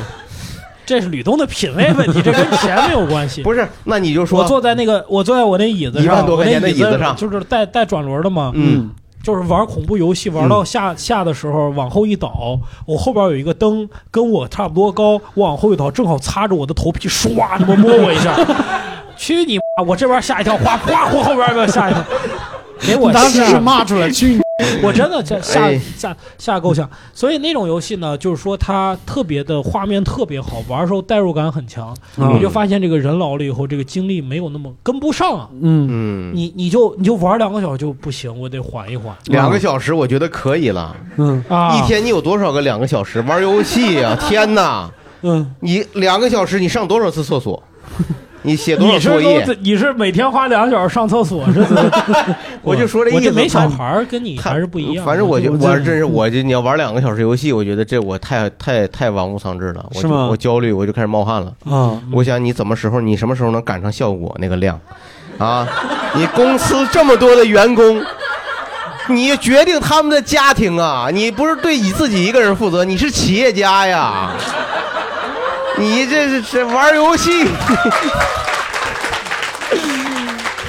[SPEAKER 4] 这是吕东的品味
[SPEAKER 3] *laughs*
[SPEAKER 4] 问题，这跟钱没有关系。
[SPEAKER 3] 不是，那你就
[SPEAKER 4] 我
[SPEAKER 3] *laughs* 说，
[SPEAKER 4] 坐在那个，我坐在我那椅子上，
[SPEAKER 3] 一万多块钱的
[SPEAKER 4] 我那椅
[SPEAKER 3] 椅子上
[SPEAKER 4] 就是带带转轮的嘛，
[SPEAKER 3] 嗯，
[SPEAKER 4] 就是玩恐怖游戏，玩到下、下的时候往后一倒，我后边有一个灯跟我差不多高，我往后一倒，正好擦着我的头皮，唰，那么摸我一
[SPEAKER 3] *laughs*
[SPEAKER 4] 下，去
[SPEAKER 3] *laughs*
[SPEAKER 4] 你妈！我这边吓一跳，哗哗，我后边儿给我吓一跳，给我
[SPEAKER 2] 当时
[SPEAKER 4] 吓
[SPEAKER 3] 啊
[SPEAKER 2] 是
[SPEAKER 4] 的
[SPEAKER 2] 骂出来，去你
[SPEAKER 4] *laughs* 我真的这下
[SPEAKER 3] 哎
[SPEAKER 4] 下下够呛。所以那种游戏呢，就是说它特别的画面特别好，玩的时候代入感很强。
[SPEAKER 1] 嗯
[SPEAKER 4] 我就发现这个人老了以后，这个精力没有那么跟不上啊。
[SPEAKER 2] 嗯，
[SPEAKER 3] 嗯，
[SPEAKER 4] 你你就你就玩两个小时就不行，我得缓一缓
[SPEAKER 3] 两个小时我觉得可以了。
[SPEAKER 2] 嗯
[SPEAKER 4] 啊。
[SPEAKER 3] 一天你有多少个两个小时玩游戏 *laughs* 呀、天哪，
[SPEAKER 2] 嗯，
[SPEAKER 3] 你两个小时你上多少次厕所？你写多少
[SPEAKER 4] 你是
[SPEAKER 3] 作业？
[SPEAKER 4] 都你是每天花两个小时上厕所是怎 *laughs* 么？
[SPEAKER 3] 我就说这
[SPEAKER 4] 我
[SPEAKER 3] 意思。
[SPEAKER 4] 没
[SPEAKER 3] 他
[SPEAKER 4] 小孩儿跟你
[SPEAKER 3] 他
[SPEAKER 4] 还是不一样。
[SPEAKER 3] 嗯反正我就
[SPEAKER 2] 我
[SPEAKER 3] 我
[SPEAKER 2] 这
[SPEAKER 3] 真是我就你要玩两个小时游戏，我觉得这我太太太玩物丧志了，我
[SPEAKER 2] 是
[SPEAKER 3] 就
[SPEAKER 2] 吗
[SPEAKER 3] 我焦虑，我就开始冒汗了。
[SPEAKER 2] 啊，
[SPEAKER 3] 我想你怎么时候，你什么时候能赶上效果那个量，啊？你公司这么多的员工，你决定他们的家庭啊，你不是对你自己一个人负责，你是企业家呀，你这是这玩游戏， *laughs*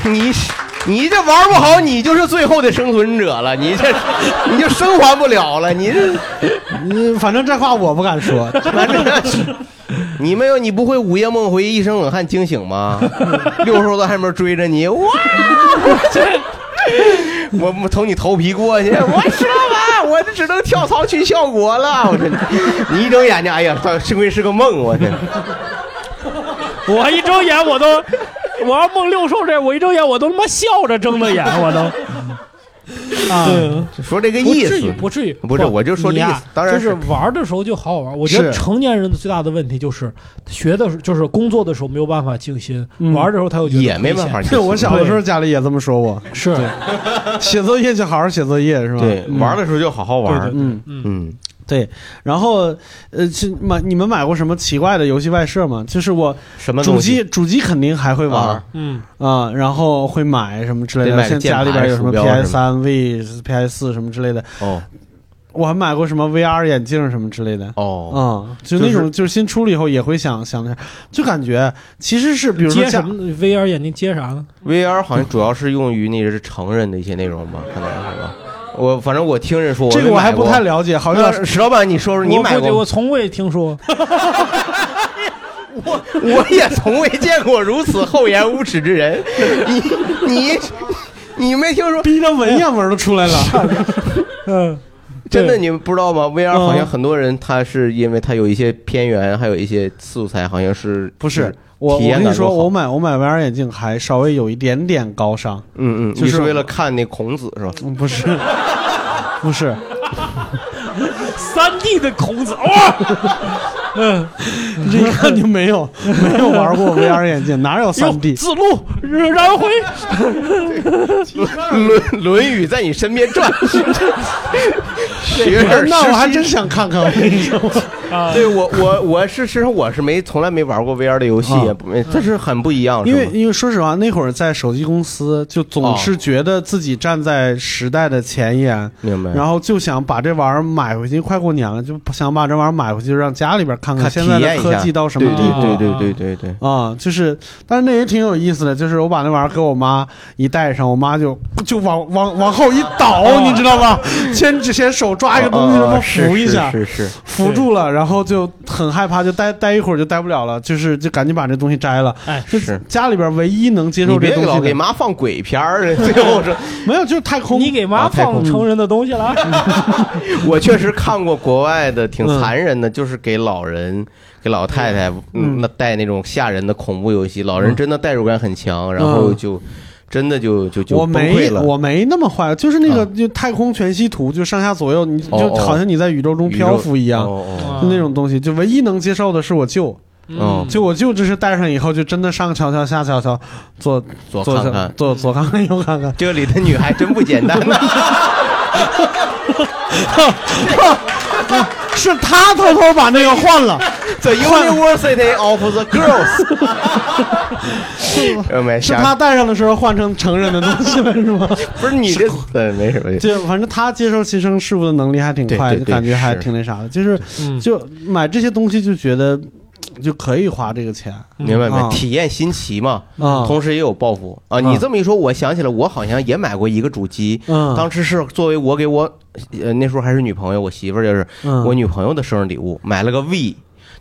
[SPEAKER 3] 你是你这玩不好，你就是最后的生存者了，你这你就生还不了了，你这。
[SPEAKER 2] 嗯，反正这话我不敢
[SPEAKER 3] *laughs*
[SPEAKER 2] 说，
[SPEAKER 3] 你没有，你不会午夜梦回、一声冷汗惊醒吗？六叔在外面追着你，哇！ *laughs* 我这，我我从你头皮过去，我说完，我这只能跳槽去效果了。我这，你一睁眼睛，哎呀，幸亏是个梦，我这。
[SPEAKER 4] 我一睁眼我都，我要梦六兽这，我一睁眼我都他妈笑着睁的眼，我都。啊，
[SPEAKER 3] 说这个
[SPEAKER 4] 不
[SPEAKER 3] 意
[SPEAKER 4] 至
[SPEAKER 3] 思
[SPEAKER 4] 于，，不至于，
[SPEAKER 3] 不是我就说这
[SPEAKER 4] 你
[SPEAKER 3] 意思
[SPEAKER 4] 呀
[SPEAKER 3] 当然
[SPEAKER 4] 就是
[SPEAKER 3] 是
[SPEAKER 4] 玩的时候就好好玩。我觉得
[SPEAKER 2] 是
[SPEAKER 4] 成年人的最大的问题就是学的时候，就是工作的时候没有办法静心，
[SPEAKER 2] 嗯
[SPEAKER 4] 玩的时候他又觉得
[SPEAKER 3] 也没
[SPEAKER 4] 亏
[SPEAKER 3] 办
[SPEAKER 4] 欠
[SPEAKER 3] 法。嗯
[SPEAKER 2] 我小的时候家里也这么说我，
[SPEAKER 4] 是，
[SPEAKER 2] 写作业就好好写作业是吧？
[SPEAKER 3] 对，
[SPEAKER 2] 嗯
[SPEAKER 3] 玩的时候就好好玩。
[SPEAKER 2] 嗯，
[SPEAKER 4] 嗯，
[SPEAKER 3] 嗯，
[SPEAKER 2] 然后呃，是买你们买过什么奇怪的游戏外设吗？就是我
[SPEAKER 3] 什么
[SPEAKER 2] 主
[SPEAKER 3] 东
[SPEAKER 2] 机
[SPEAKER 3] 西？
[SPEAKER 2] 主机肯定还会玩
[SPEAKER 3] 啊
[SPEAKER 2] 啊、
[SPEAKER 4] 嗯，
[SPEAKER 2] 然后会买什么之类
[SPEAKER 3] 得
[SPEAKER 2] 的。
[SPEAKER 3] 买个
[SPEAKER 2] 现在
[SPEAKER 3] 键
[SPEAKER 2] 家
[SPEAKER 3] 盘
[SPEAKER 2] 里边有什么
[SPEAKER 3] 鼠标什么
[SPEAKER 2] PS 三、V、PS 四什么之类的，
[SPEAKER 3] 哦
[SPEAKER 2] 我还买过什么 VR 眼镜什么之类的。
[SPEAKER 3] 哦，
[SPEAKER 2] 啊、就那种就是新出了以后也会想想那，就感觉其实是比如说
[SPEAKER 4] 接
[SPEAKER 2] 家
[SPEAKER 4] 什么 VR 眼镜接啥呢？
[SPEAKER 3] VR 好像主要是用于那个是成人的一些内容吧，可能是吧。我反正我听人说，
[SPEAKER 2] 这个我
[SPEAKER 3] 没
[SPEAKER 2] 还
[SPEAKER 3] 买
[SPEAKER 2] 不
[SPEAKER 3] 过
[SPEAKER 2] 太了解，好像
[SPEAKER 3] 那石老板，你说说你
[SPEAKER 4] 我
[SPEAKER 3] 买
[SPEAKER 4] 估计
[SPEAKER 3] 过
[SPEAKER 4] 我
[SPEAKER 3] 吗？
[SPEAKER 4] 从未听说，
[SPEAKER 3] 我我也从未见过如此厚颜无耻之人。你你你没听说？
[SPEAKER 2] 逼着文言文都出
[SPEAKER 3] *laughs*
[SPEAKER 2] 来了。
[SPEAKER 4] 嗯，
[SPEAKER 3] 真的
[SPEAKER 4] 对
[SPEAKER 3] 你们不知道吗？VR 好像
[SPEAKER 2] 嗯
[SPEAKER 3] 很多人他是因为他有一些偏远，还有一些素材好像是
[SPEAKER 2] 不是，我，
[SPEAKER 3] 体
[SPEAKER 2] 我
[SPEAKER 3] 验
[SPEAKER 2] 跟你
[SPEAKER 3] 感
[SPEAKER 2] 说，
[SPEAKER 3] 多好
[SPEAKER 2] 我买我买 VR 眼镜还稍微有一点点高尚，
[SPEAKER 3] 嗯嗯，
[SPEAKER 2] 就是
[SPEAKER 3] 你是为了看那孔子
[SPEAKER 2] *laughs*
[SPEAKER 3] 是吧？
[SPEAKER 2] 嗯不是，不
[SPEAKER 3] *laughs*
[SPEAKER 2] 是，
[SPEAKER 4] *laughs* 三 D 的孔子，哇，嗯，
[SPEAKER 2] 这一看就没有没有玩过 VR 眼镜，哪有
[SPEAKER 4] 有
[SPEAKER 2] 三
[SPEAKER 3] *laughs*
[SPEAKER 2] D？
[SPEAKER 4] 子路燃回，
[SPEAKER 3] 《论论语》在你身边转，学而
[SPEAKER 2] *laughs* 那我还
[SPEAKER 3] 时
[SPEAKER 2] 真
[SPEAKER 3] 习
[SPEAKER 2] 想看看，我跟你说，
[SPEAKER 4] 啊
[SPEAKER 3] *laughs* 对我我我是，事实上我是没从来没玩过 VR 的游戏，
[SPEAKER 2] 啊
[SPEAKER 3] 也不这是很不一样，
[SPEAKER 2] 因
[SPEAKER 3] 哦是
[SPEAKER 2] 为
[SPEAKER 3] 吗
[SPEAKER 2] 因为说实话，那会儿在手机公司，就总是觉得自己站在时代的前沿，
[SPEAKER 3] 明白？
[SPEAKER 2] 然后就想把这玩意儿买回去。快过年了，就想把这玩意儿买回去，让家里边看
[SPEAKER 3] 看
[SPEAKER 2] 现在
[SPEAKER 3] 体
[SPEAKER 2] 的
[SPEAKER 3] 验一
[SPEAKER 2] 科
[SPEAKER 3] 下
[SPEAKER 2] 技到什
[SPEAKER 3] 对
[SPEAKER 2] 么地步。
[SPEAKER 3] 对对对对对对。
[SPEAKER 2] 啊、就是，但是那也挺有意思的，就是我把那玩意儿给我妈一戴上，我妈就就往往往后一倒，你知道吧？先之前手抓一个啊东西，然后扶一下，
[SPEAKER 3] 哦是是
[SPEAKER 2] 扶住了，然后就很害怕，就待待一会儿就待不了了，就是就赶紧把这东西摘了。
[SPEAKER 4] 哎，
[SPEAKER 2] 就是家里边唯一能接
[SPEAKER 3] 你
[SPEAKER 2] 受这
[SPEAKER 3] 别
[SPEAKER 2] 东
[SPEAKER 3] 老
[SPEAKER 2] 西
[SPEAKER 3] 给
[SPEAKER 2] 的，
[SPEAKER 3] 妈放鬼片儿， *laughs* 最后
[SPEAKER 2] *laughs*
[SPEAKER 3] 是，
[SPEAKER 2] 没有，就是太
[SPEAKER 4] *laughs*
[SPEAKER 2] 空。
[SPEAKER 4] 你给
[SPEAKER 3] 啊
[SPEAKER 4] 妈
[SPEAKER 3] 太空
[SPEAKER 4] 放成人的东西了，啊
[SPEAKER 3] 我确实看过国外的挺残忍的，就是给老人、给老太太
[SPEAKER 2] 嗯
[SPEAKER 3] 嗯那带那种吓人的恐怖游戏，老人真的代入感很强，然后就真的就就就
[SPEAKER 2] 嗯我
[SPEAKER 3] 崩溃
[SPEAKER 2] 没
[SPEAKER 3] 了。
[SPEAKER 2] 我没那么坏，就是那个
[SPEAKER 3] 啊
[SPEAKER 2] 就太空全息图，就上下左右，你
[SPEAKER 3] 哦
[SPEAKER 2] 就
[SPEAKER 3] 哦
[SPEAKER 2] 好像你在宇宙中
[SPEAKER 3] 宇宙
[SPEAKER 2] 漂浮一样，
[SPEAKER 3] 哦哦
[SPEAKER 2] 就那种东西。就唯一能接受的是我舅，
[SPEAKER 3] 嗯
[SPEAKER 2] 就我舅就是戴上以后就真的上瞧瞧下瞧瞧，左
[SPEAKER 3] 左
[SPEAKER 2] 左
[SPEAKER 3] 看看，
[SPEAKER 2] 左左看看右看看 *laughs*
[SPEAKER 3] 这里的女孩真不简单呐、
[SPEAKER 2] 是他偷偷把那个换
[SPEAKER 3] *laughs*
[SPEAKER 2] 了，
[SPEAKER 3] The University of the *laughs* Girls，呃没
[SPEAKER 2] 是
[SPEAKER 3] 瞎
[SPEAKER 2] 他戴上的时候换成成人的东西了，是
[SPEAKER 3] *laughs*
[SPEAKER 2] 吗？
[SPEAKER 3] 不是你这，对，没什么。
[SPEAKER 2] 就反正他接受新生事物的能力还挺快，
[SPEAKER 3] 对对
[SPEAKER 2] 就
[SPEAKER 3] 对
[SPEAKER 2] 感觉还
[SPEAKER 3] 是
[SPEAKER 2] 挺那啥的，就是
[SPEAKER 4] 嗯
[SPEAKER 2] 就买这些东西就觉得就可以花这个钱啊
[SPEAKER 3] 明白没？
[SPEAKER 2] 啊
[SPEAKER 3] 体验新奇嘛，
[SPEAKER 2] 嗯
[SPEAKER 3] 同时也有报复啊！
[SPEAKER 2] 啊
[SPEAKER 3] 你这么一说，我想起来，我好像也买过一个主机，
[SPEAKER 2] 嗯
[SPEAKER 3] 当时是作为我给我，呃，那时候还是女朋友，我媳妇儿就是
[SPEAKER 2] 嗯
[SPEAKER 3] 我女朋友的生日礼物，买了个 V。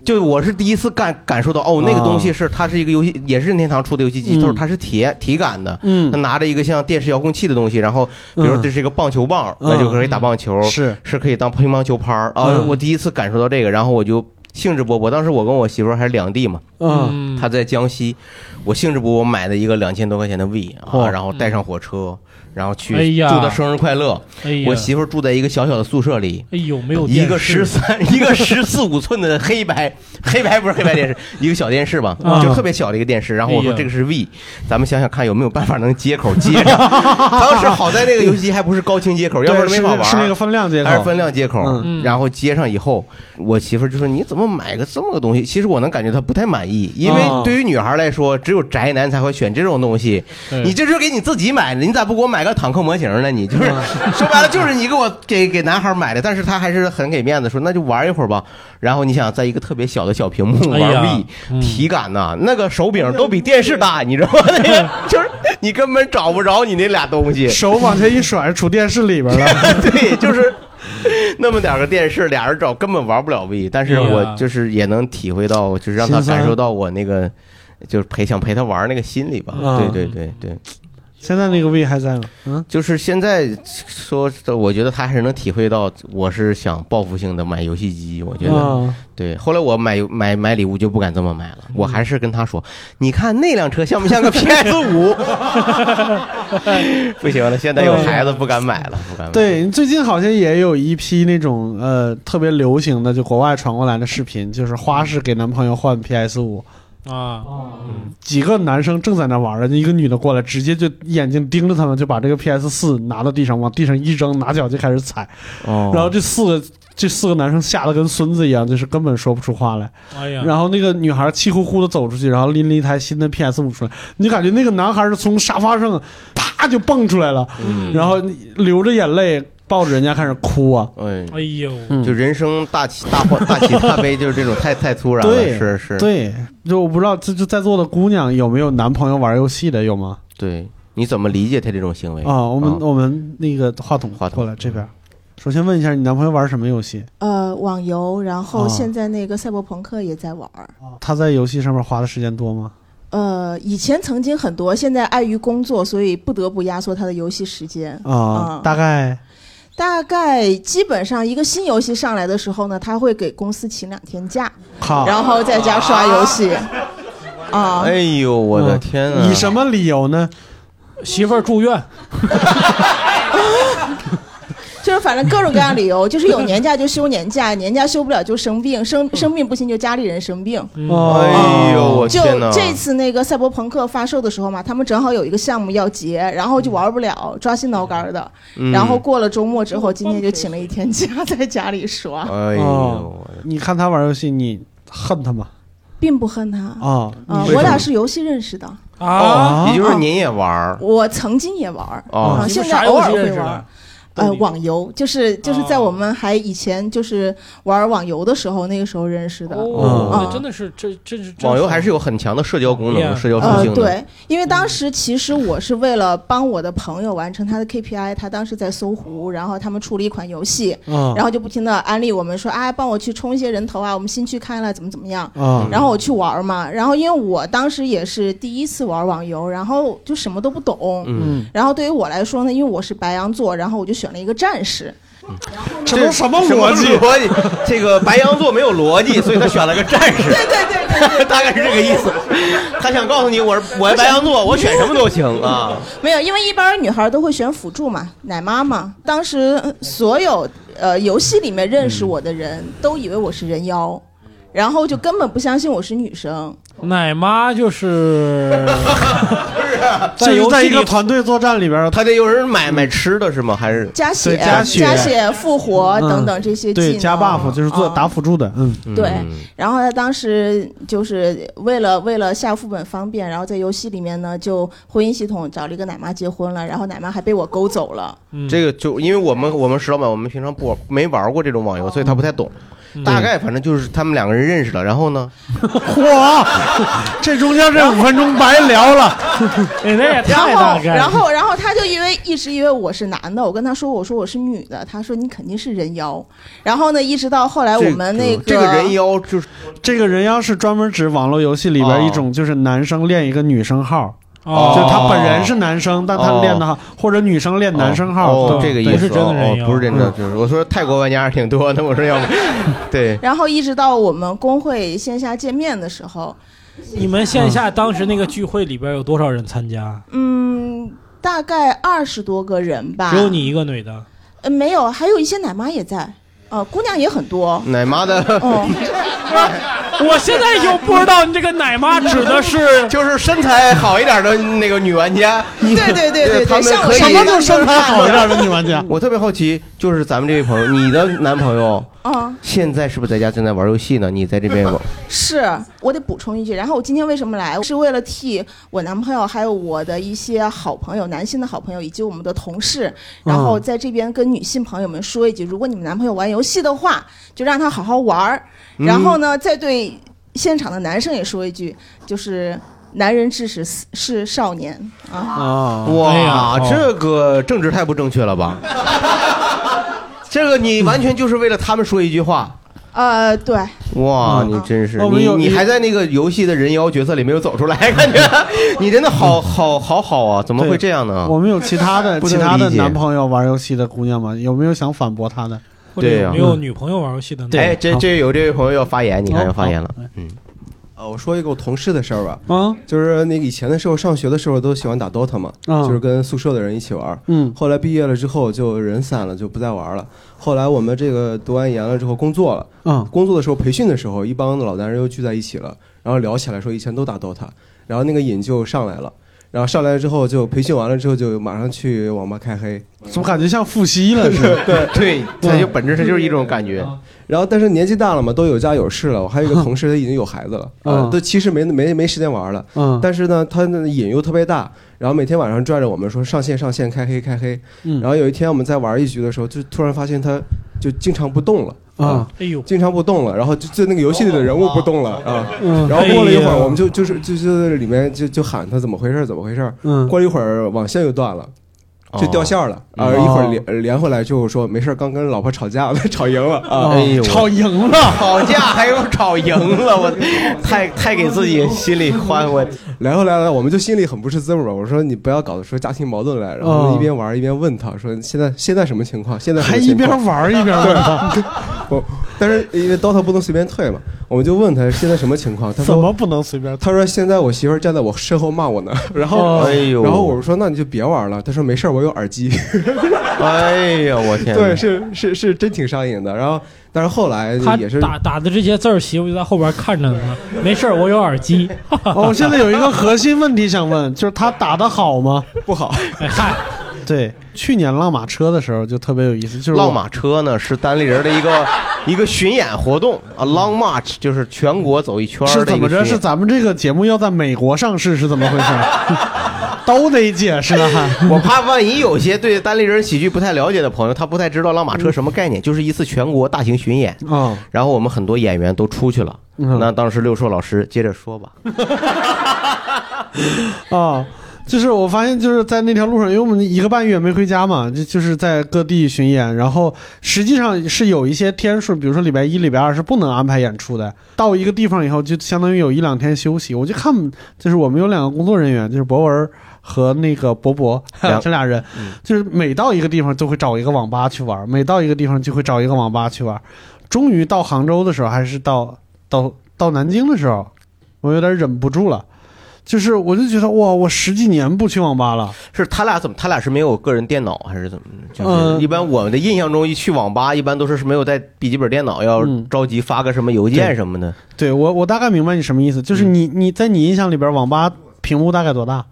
[SPEAKER 3] 就我是第一次感感受到，哦，那个
[SPEAKER 2] 啊
[SPEAKER 3] 东西是它是一个游戏，也是任天堂出的游戏机，
[SPEAKER 2] 嗯
[SPEAKER 3] 就是它是体体感的。
[SPEAKER 2] 嗯
[SPEAKER 3] 它，拿着一个像电视遥控器的东西，然后比如说
[SPEAKER 2] 嗯
[SPEAKER 3] 这是一个棒球棒，
[SPEAKER 2] 嗯
[SPEAKER 3] 那就可以打棒球，
[SPEAKER 2] 是
[SPEAKER 3] 是可以当乒乓球拍儿啊。
[SPEAKER 2] 嗯
[SPEAKER 3] 我第一次感受到这个，然后我就兴致勃勃。当时我跟我媳妇儿还是两地嘛，
[SPEAKER 2] 嗯
[SPEAKER 3] 她在江西，我兴致勃勃买的一个两千多块钱的 V 啊，
[SPEAKER 2] 嚯
[SPEAKER 3] 然后带上火车，然后去
[SPEAKER 4] 哎呀
[SPEAKER 3] 祝她生日快乐。
[SPEAKER 4] 哎呀，
[SPEAKER 3] 我媳妇儿住在一个小小的宿舍里，
[SPEAKER 4] 哎呦，没有
[SPEAKER 3] 一个
[SPEAKER 4] 电视
[SPEAKER 3] 十三， *laughs* 一个十四五寸的黑白 *laughs* 黑白不是黑
[SPEAKER 4] *laughs*
[SPEAKER 3] 白电视，一个小电视吧，
[SPEAKER 4] 啊
[SPEAKER 3] 就特别小的一个电视。然后我说
[SPEAKER 4] 哎呀
[SPEAKER 3] 这个是 V，咱们想想看有没有办法能接口接上。 *laughs* 当时好在那个游戏机还不是高清接口，要不然没
[SPEAKER 2] 对是
[SPEAKER 3] 法
[SPEAKER 2] 那是那
[SPEAKER 3] 玩
[SPEAKER 2] 个。分量接口，
[SPEAKER 3] 还是分量接口，
[SPEAKER 2] 嗯
[SPEAKER 3] 然后接上以后，我媳妇儿就说：“你怎么买个这么个东西？”其实我能感觉她不太满意，因为
[SPEAKER 4] 啊
[SPEAKER 2] 哦。
[SPEAKER 3] 对于女孩来说，只有宅男才会选这种东西。
[SPEAKER 4] 对
[SPEAKER 3] 你这是给你自己买的，你咋不给我买个坦克模型呢？你就是
[SPEAKER 4] 嗯
[SPEAKER 3] *laughs* 说白了，就是你给我给给男孩买的，但是他还是很给面子，说那就玩一会儿吧。然后你想，在一个特别小的小屏幕
[SPEAKER 4] 哎呀
[SPEAKER 3] 玩 V，、体感呐、那个手柄都比电视大，你知道吗？那个就是你根本找不着你那俩东西
[SPEAKER 2] 手往前一甩，杵电视里边了。
[SPEAKER 3] *laughs* 对，就是那么点儿个电视，俩人找根本玩不了 V。但是
[SPEAKER 4] 哎呀
[SPEAKER 3] 我就是也能体会到，就是让他
[SPEAKER 2] 心酸
[SPEAKER 3] 感受到我那个。就是陪想陪他玩那个心理吧，
[SPEAKER 2] 啊
[SPEAKER 3] 对对对对，
[SPEAKER 2] 现在那个 V 还在吗？嗯，
[SPEAKER 3] 就是现在说，我觉得他还是能体会到，我是想报复性的买游戏机，我觉得
[SPEAKER 2] 啊，
[SPEAKER 3] 对。后来我买买买礼物就不敢这么买了，我还是跟他说，你看那辆车像不像个 PS 五？ *laughs* 不行了，现在有孩子不敢买了，不敢买。
[SPEAKER 2] 嗯对，最近好像也有一批那种呃特别流行的，就国外传过来的视频，就是花式给男朋友换 PS 五，
[SPEAKER 4] 啊，
[SPEAKER 2] 几个男生正在那玩儿呢，一个女的过来，直接就眼睛盯着他们，就把这个 PS 四拿到地上，往地上一扔，拿脚就开始踩，
[SPEAKER 3] 哦
[SPEAKER 2] 然后这四个。这四个男生吓得跟孙子一样，就是根本说不出话来。
[SPEAKER 4] 哎
[SPEAKER 3] 嗯
[SPEAKER 4] 呀，
[SPEAKER 2] 然后那个女孩气呼呼的走出去，然后拎了一台新的 PS 五出来，你感觉那个男孩是从沙发上啪就蹦出来了，
[SPEAKER 3] 嗯
[SPEAKER 2] 然后流着眼泪抱着人家开始哭啊。
[SPEAKER 3] 哎，
[SPEAKER 4] 哎呦，
[SPEAKER 3] 就人生大起大欢大起大悲，就是这种太太突然了，
[SPEAKER 2] 对
[SPEAKER 3] 是是，
[SPEAKER 2] 对，就我不知道这这在座的姑娘有没有男朋友玩游戏的，有吗？
[SPEAKER 3] 对，你怎么理解他这种行为
[SPEAKER 2] 啊，我们我们那个话筒
[SPEAKER 3] 哎话筒嗯
[SPEAKER 2] 过来这边。首先问一下，你男朋友玩什么游戏？
[SPEAKER 7] 呃，网游，然
[SPEAKER 2] 啊
[SPEAKER 7] 后现在那个赛博朋克也在玩儿。
[SPEAKER 2] 他在游戏上面花的时间多吗？
[SPEAKER 7] 呃，以前曾经很多，现在碍于工作，所以不得不压缩他的游戏时间。
[SPEAKER 2] 啊
[SPEAKER 7] 啊，
[SPEAKER 2] 大概
[SPEAKER 7] 大概基本上一个新游戏上来的时候呢，他会给公司请两天假，
[SPEAKER 2] 好。
[SPEAKER 7] 然后在家刷游戏。啊，
[SPEAKER 3] 啊哎呦，我的天啊呐！
[SPEAKER 2] 以什么理由呢？
[SPEAKER 4] 媳妇儿住院，
[SPEAKER 7] 就是反正各种各样理由，就是有年假就休年假，年假休不了就生病，生生病不行就家里人生病。
[SPEAKER 2] 哦
[SPEAKER 4] 嗯
[SPEAKER 3] 哎呦，我
[SPEAKER 7] 就
[SPEAKER 3] 天呐！
[SPEAKER 7] 这次那个赛博朋克发售的时候嘛，他们正好有一个项目要结，然后就玩不了，抓心挠肝的。
[SPEAKER 3] 嗯
[SPEAKER 7] 然后，过了周末之后，今天就请了一天假，在家里刷，
[SPEAKER 3] 哎呦，
[SPEAKER 2] 哦
[SPEAKER 3] 我的
[SPEAKER 2] 你看他玩游戏，你恨他吗？
[SPEAKER 7] 并不恨他
[SPEAKER 4] 哦
[SPEAKER 7] 啊。
[SPEAKER 2] 啊，你
[SPEAKER 7] 我俩是游戏认识的，
[SPEAKER 3] 哦
[SPEAKER 4] 啊，
[SPEAKER 3] 也就是您也玩儿
[SPEAKER 7] 我曾经也玩儿
[SPEAKER 3] 哦
[SPEAKER 7] 啊，
[SPEAKER 4] 你
[SPEAKER 7] 现
[SPEAKER 4] 们
[SPEAKER 7] 在
[SPEAKER 4] 啥
[SPEAKER 7] 偶
[SPEAKER 4] 游
[SPEAKER 7] 尔
[SPEAKER 4] 戏
[SPEAKER 7] 会
[SPEAKER 4] 认识
[SPEAKER 7] 玩儿
[SPEAKER 4] 的。？
[SPEAKER 7] 呃
[SPEAKER 4] 都，你哦
[SPEAKER 7] 网游就是就是在我们还以前就是玩网游的时候，那个时候认识的。
[SPEAKER 4] 哦，
[SPEAKER 7] 嗯
[SPEAKER 4] 那真的是这这是
[SPEAKER 3] 网游还是有很强的社交功能、
[SPEAKER 4] Yeah
[SPEAKER 3] 社交属
[SPEAKER 7] 呃，
[SPEAKER 3] 性的。
[SPEAKER 7] 对，
[SPEAKER 4] 嗯
[SPEAKER 7] 因为当时其实我是为了帮我的朋友完成他的 KPI，他当时在搜狐，然后他们出了一款游戏，
[SPEAKER 2] 啊
[SPEAKER 4] 哦
[SPEAKER 7] 然后就不停的安利我们说，哎，帮我去充一些人头啊，我们新区开了，怎么怎么样。
[SPEAKER 2] 啊
[SPEAKER 7] 然后我去玩嘛，然后因为我当时也是第一次玩网游，然后就什么都不懂。
[SPEAKER 3] 嗯，
[SPEAKER 7] 然后对于我来说呢，因为我是白羊座，然后我就选了一个战士。
[SPEAKER 2] 这都什么逻辑？
[SPEAKER 3] 逻辑？这个白羊座没有逻辑，所以他选了个战士。对对对大概是这个意思。他想告诉你，我是我是白羊座，我选什么都行啊。
[SPEAKER 7] *laughs* 没有，因为一般女孩都会选辅助嘛，奶妈嘛。当时呃所有呃游戏里面认识
[SPEAKER 2] 嗯
[SPEAKER 7] 我的人都以为我是人妖，然后就根本不相信我是女生。
[SPEAKER 3] 哦
[SPEAKER 4] 奶妈
[SPEAKER 3] *laughs*
[SPEAKER 4] 就是，
[SPEAKER 2] 就
[SPEAKER 4] 在
[SPEAKER 2] 是
[SPEAKER 4] 游
[SPEAKER 2] 在
[SPEAKER 4] 戏
[SPEAKER 2] 一个
[SPEAKER 4] 里
[SPEAKER 2] 团队作战里边，
[SPEAKER 3] 他得有人买买吃的是吗？还是
[SPEAKER 7] 加血、
[SPEAKER 2] 对加血
[SPEAKER 7] 血、复活
[SPEAKER 2] 嗯
[SPEAKER 7] 等等这些技能，
[SPEAKER 2] 对加 buff 就是做
[SPEAKER 7] 啊
[SPEAKER 2] 打辅助
[SPEAKER 7] *laughs*
[SPEAKER 2] 的，嗯
[SPEAKER 7] 对
[SPEAKER 3] 嗯
[SPEAKER 7] 然后他当时就是为了为了下副本方便，然后在游戏里面呢，就婚姻系统找了一个奶妈结婚了，然后奶妈还被我勾走了。
[SPEAKER 4] 嗯
[SPEAKER 7] 哦
[SPEAKER 3] 这个就因为我们我们石老板，我们平常不没玩过这种网游，所以他不太懂。
[SPEAKER 4] 嗯
[SPEAKER 3] 大概反正就是他们两个人认识了，然后呢，
[SPEAKER 2] 嚯， *laughs* 这中间这五分钟白聊了，
[SPEAKER 4] 哎，那也
[SPEAKER 7] 然
[SPEAKER 4] 太大
[SPEAKER 7] 后，
[SPEAKER 4] 概了。
[SPEAKER 7] 然后，然后他就因为一直以为我是男的，我跟他说我说我是女的，他说你肯定是人妖。然后呢，一直到后来哎我们那
[SPEAKER 3] 这这个人妖就是
[SPEAKER 2] 这个人妖是专门指网络游戏里边一种，就是男生练一个女生号，
[SPEAKER 3] 哦
[SPEAKER 2] 就是他本人是男生，但他练的号，或者女生练男生号。
[SPEAKER 3] 哦，这个意思
[SPEAKER 4] 不是真的人
[SPEAKER 3] 哦
[SPEAKER 4] 妖
[SPEAKER 3] 哦不是真的，就是我说泰国玩家还是挺多的，我说要
[SPEAKER 7] *laughs*
[SPEAKER 3] 不，对，
[SPEAKER 7] 然后一直到我们工会线下见面的时候，
[SPEAKER 4] 你们线下当时那个聚会里边有多少人参加？
[SPEAKER 7] 嗯，大概二十多个人吧。
[SPEAKER 4] 只有你一个女的，
[SPEAKER 7] 呃？没有，还有一些奶妈也在，呃，姑娘也很多。
[SPEAKER 3] 奶妈的，
[SPEAKER 7] 嗯，
[SPEAKER 4] 我现在就不知道你这个奶妈指的是
[SPEAKER 3] *laughs* 就是身材好一点的那个女玩家，
[SPEAKER 7] *laughs* 对对对
[SPEAKER 3] 对
[SPEAKER 7] 对
[SPEAKER 3] 他
[SPEAKER 7] 对，
[SPEAKER 3] 们
[SPEAKER 7] 像我
[SPEAKER 3] 可以
[SPEAKER 7] 这
[SPEAKER 2] 什
[SPEAKER 7] 样
[SPEAKER 2] 么
[SPEAKER 7] 的
[SPEAKER 2] 叫身材
[SPEAKER 3] 哦
[SPEAKER 2] 好一点的女玩家？
[SPEAKER 3] 我特别好奇，就是咱们这位朋友，你的男朋友
[SPEAKER 7] 啊、
[SPEAKER 3] 现在是不是在家正在玩游戏呢？你在这边玩，
[SPEAKER 7] 是我得补充一句，然后我今天为什么来，是为了替我男朋友还有我的一些好朋友，男性的好朋友以及我们的同事，然后在这边跟女性朋友们说一句，如果你们男朋友玩游戏的话，就让他好好玩儿，然后呢，再对现场的男生也说一句，就是男人至死是是少年啊，
[SPEAKER 2] 啊，
[SPEAKER 4] 哎呀
[SPEAKER 3] 哇，
[SPEAKER 4] 哦
[SPEAKER 3] 这个政治太不正确了吧？ *laughs* 这个你完全就是为了他们说一句话，
[SPEAKER 7] 呃，对，
[SPEAKER 3] 哇，
[SPEAKER 2] 嗯
[SPEAKER 3] 你真是
[SPEAKER 2] 哦我们
[SPEAKER 3] 你
[SPEAKER 2] 有
[SPEAKER 3] 你
[SPEAKER 2] 有
[SPEAKER 3] 还在那个游戏的人妖角色里没有走出来， *laughs* 感
[SPEAKER 2] *laughs*
[SPEAKER 3] 觉你真的好好好好啊，怎么会这样呢？
[SPEAKER 2] 我们有其他
[SPEAKER 3] *laughs*
[SPEAKER 2] 的
[SPEAKER 3] 不
[SPEAKER 2] 其
[SPEAKER 3] 能
[SPEAKER 2] 他的
[SPEAKER 3] 理解
[SPEAKER 2] 男朋友玩游戏的姑娘吗？有没有想反驳他的？
[SPEAKER 4] 或者
[SPEAKER 3] 对呀
[SPEAKER 4] 有没有女朋友玩游戏的呢？
[SPEAKER 3] 哎，这
[SPEAKER 2] 好
[SPEAKER 3] 这有这位朋友要发言，你看
[SPEAKER 2] 哦
[SPEAKER 3] 要发言了，嗯，
[SPEAKER 8] 啊，我说一个我同事的事儿吧，
[SPEAKER 2] 啊，
[SPEAKER 8] 就是那个以前的时候，上学的时候都喜欢打 DOTA 嘛，
[SPEAKER 2] 啊
[SPEAKER 8] 就是跟宿舍的人一起玩儿。
[SPEAKER 2] 嗯
[SPEAKER 8] 后来毕业了之后就人散了，就不再玩了。后来我们这个读完研了之后工作了，
[SPEAKER 2] 嗯，
[SPEAKER 8] 工作的时候培训的时候，一帮老男人又聚在一起了，然后聊起来说以前都打 DOTA，然后那个瘾就上来了，然后上来之后就培训完了之后就马上去网吧开黑，
[SPEAKER 2] 怎么感觉像复吸了似的？
[SPEAKER 3] *laughs* 对，
[SPEAKER 2] 嗯
[SPEAKER 3] 它就本质它就是一种感觉，
[SPEAKER 8] 然后但是年纪大了嘛，都有家有室了。我还有一个同事他已经有孩子了，
[SPEAKER 2] 嗯
[SPEAKER 8] 啊，都其实没没没时间玩了。
[SPEAKER 2] 嗯，
[SPEAKER 8] 但是呢，他的瘾又特别大，然后每天晚上拽着我们说上线上线开黑开黑。
[SPEAKER 2] 嗯
[SPEAKER 8] 然后有一天我们在玩一局的时候，就突然发现他就经常不动了
[SPEAKER 2] 啊，
[SPEAKER 4] 哎呦，
[SPEAKER 8] 经常不动了，然后就就那个游戏里的人物不动了啊。
[SPEAKER 2] 嗯
[SPEAKER 8] 然后过了一会
[SPEAKER 4] 哎呀
[SPEAKER 8] 儿，我们就就是就就在里面就就喊他怎么回事儿怎么回事儿。
[SPEAKER 2] 嗯哦
[SPEAKER 8] 过了一会儿网线又断了，就掉线儿了，啊，一会儿连连回来就说没事儿，刚跟老婆吵架了， *laughs* 吵赢了
[SPEAKER 2] 哦
[SPEAKER 8] 啊。
[SPEAKER 3] 哎呦，
[SPEAKER 2] 吵赢
[SPEAKER 3] *laughs*
[SPEAKER 2] 了。
[SPEAKER 3] 吵架还有吵赢了，我 *laughs* 太太给自己心里宽，我
[SPEAKER 8] 来后来了，我们就心里很不是滋味儿。我说你不要搞得说家庭矛盾来，然后一边玩儿一边问他说现在现在什么情况？现在什
[SPEAKER 2] 哦还
[SPEAKER 8] 么
[SPEAKER 2] 一
[SPEAKER 8] 情
[SPEAKER 2] 边
[SPEAKER 8] 况？
[SPEAKER 2] 玩儿一边问他， *laughs*
[SPEAKER 8] 我但是因为 DOTA 不能随便退嘛，我们就问他现在什么情况？他
[SPEAKER 2] 怎
[SPEAKER 8] 说
[SPEAKER 2] 么不能随便？
[SPEAKER 8] 他说现在我媳妇儿站在我身后骂我呢。然
[SPEAKER 2] 哦
[SPEAKER 8] 后
[SPEAKER 3] 哎呦
[SPEAKER 8] 然后我说那你就别玩了。他说没事儿，我有耳机。
[SPEAKER 3] 哎呀，我天，
[SPEAKER 8] 对，，是是是真挺上瘾的。然后但是后来
[SPEAKER 4] 他
[SPEAKER 8] 也是
[SPEAKER 4] 打打的这些字儿，媳妇就在后边看着呢。没事儿，我有耳
[SPEAKER 3] *laughs*
[SPEAKER 4] 机。
[SPEAKER 2] *laughs* 哦，我现在有一个核心问题想问，就是他打的好
[SPEAKER 3] *laughs*
[SPEAKER 2] 吗？
[SPEAKER 8] 不好。
[SPEAKER 4] 哎嗨，
[SPEAKER 2] *laughs* 对，去年浪马车的时候就特别有意思，就是我
[SPEAKER 3] 浪马车呢是单立人的一个 *laughs* 一个巡演活动啊，Long March 就是全国走一圈
[SPEAKER 2] 是
[SPEAKER 3] 儿的
[SPEAKER 2] 怎
[SPEAKER 3] 一个
[SPEAKER 2] 么着？
[SPEAKER 3] 巡
[SPEAKER 2] 是
[SPEAKER 3] 演。
[SPEAKER 2] 咱们这个节目要在美国上市是怎么回事？
[SPEAKER 3] *laughs*
[SPEAKER 2] 都得解释了还。
[SPEAKER 3] 我怕万一有些对单立人喜剧不太了解的朋友，他不太知道浪马车什么概念，就是一次全国大型巡演，
[SPEAKER 2] 啊，
[SPEAKER 3] 然后我们很多演员都出去了。
[SPEAKER 2] 嗯
[SPEAKER 3] 那当时六硕老师接着说吧，
[SPEAKER 2] *laughs* 啊，就是我发现就是在那条路上，因为我们一个半月没回家嘛，就就是在各地巡演，然后实际上是有一些天数，比如说礼拜一、礼拜二是不能安排演出的。到一个地方以后，就相当于有一两天休息。我就看，就是我们有两个工作人员，就是博文儿和那个博博
[SPEAKER 3] 两
[SPEAKER 2] 这俩人，就是每到一个地方就会找一个网吧去玩，每到一个地方就会找一个网吧去玩。终于到杭州的时候，还是到到到南京的时候，我有点忍不住了。就是，我就觉得哇，我十几年不去网吧了。
[SPEAKER 3] 是他俩怎么？他俩是没有个人电脑还是怎么？就是
[SPEAKER 2] 嗯
[SPEAKER 3] 一般我们的印象中，一去网吧一般都是没有带笔记本电脑，要
[SPEAKER 2] 嗯
[SPEAKER 3] 着急发个什么邮件
[SPEAKER 2] 对
[SPEAKER 3] 什么的。
[SPEAKER 2] 对我，我大概明白你什么意思，
[SPEAKER 3] 嗯
[SPEAKER 2] 就是你你在你印象里边，网吧屏幕大概多大？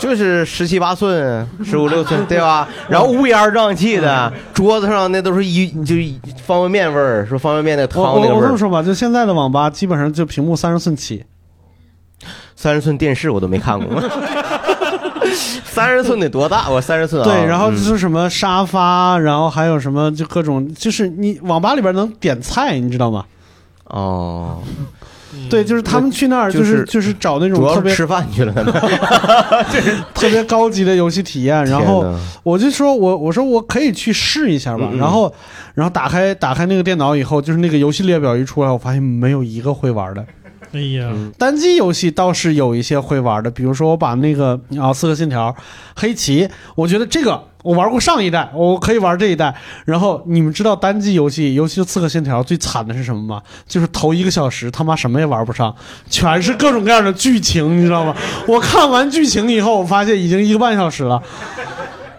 [SPEAKER 3] 就是十七八寸、十五六寸，对 *laughs* 吧？然后乌烟瘴气的，
[SPEAKER 2] 嗯
[SPEAKER 3] 桌子上那都是一就是一方便面味儿，说方便面那个
[SPEAKER 2] 我
[SPEAKER 3] 汤那个
[SPEAKER 2] 我
[SPEAKER 3] 味
[SPEAKER 2] 我这么
[SPEAKER 3] 儿。
[SPEAKER 2] 说吧，就现在的网吧基本上就屏幕三十寸起。 *laughs*
[SPEAKER 3] 三十寸电视我都没看过，三十寸得多大？我三十寸啊。
[SPEAKER 2] 对，然后就
[SPEAKER 3] 嗯
[SPEAKER 2] 是什么沙发，然后还有什么就各种，就是你网吧里边能点菜，你知道吗？
[SPEAKER 3] 哦，
[SPEAKER 2] 对，就是他们去那儿
[SPEAKER 3] 就
[SPEAKER 2] 就是
[SPEAKER 3] 是
[SPEAKER 2] 就是找那种
[SPEAKER 3] 主
[SPEAKER 2] 特
[SPEAKER 3] 要
[SPEAKER 2] 别
[SPEAKER 3] 是吃饭去了。
[SPEAKER 2] 特别高级的游戏体验，然后
[SPEAKER 3] 天哪
[SPEAKER 2] 我就说我我说我可以去试一下吧，
[SPEAKER 3] 嗯嗯
[SPEAKER 2] 然后然后打开打开那个电脑以后，就是那个游戏列表一出来，我发现没有一个会玩的。
[SPEAKER 4] 哎呀，
[SPEAKER 3] 嗯
[SPEAKER 2] 单机游戏倒是有一些会玩的，比如说我把那个啊《刺客信条》《黑旗》，我觉得这个我玩过上一代，我可以玩这一代。然后你们知道单机游戏，尤其是《刺客信条》最惨的是什么吗？就是头一个小时他妈什么也玩不上，全是各种各样的剧情，你知道吗？我看完剧情以后，我发现已经一个半小时了。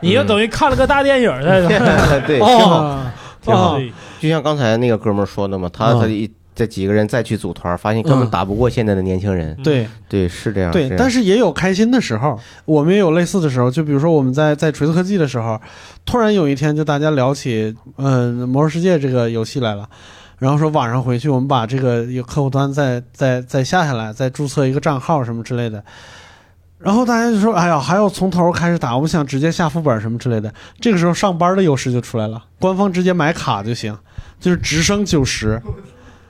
[SPEAKER 4] 你
[SPEAKER 3] 嗯
[SPEAKER 4] 就等于看了个大电影儿在这儿。
[SPEAKER 3] *laughs* 对，
[SPEAKER 2] 哦
[SPEAKER 3] 挺好。
[SPEAKER 4] 啊
[SPEAKER 3] 挺好
[SPEAKER 4] 对
[SPEAKER 3] 就像刚才那个哥们儿说的嘛，他
[SPEAKER 2] 嗯
[SPEAKER 3] 他一这几个人再去组团，发现根本
[SPEAKER 2] 嗯
[SPEAKER 3] 打不过现在的年轻人。
[SPEAKER 2] 对，
[SPEAKER 3] 对，是这样。
[SPEAKER 2] 对，但
[SPEAKER 3] 是
[SPEAKER 2] 是也有开心的时候，我们也有类似的时候。就比如说我们在在锤子科技的时候，突然有一天就大家聊起嗯、呃《魔兽世界》这个游戏来了，然后说晚上回去我们把这个有客户端再再再下下来，再注册一个账号什么之类的。然后大家就说：“哎呀，还要从头开始打，我们想直接下副本什么之类的。”这个时候上班的优势就出来了，官方直接买卡就行，就是直升九十，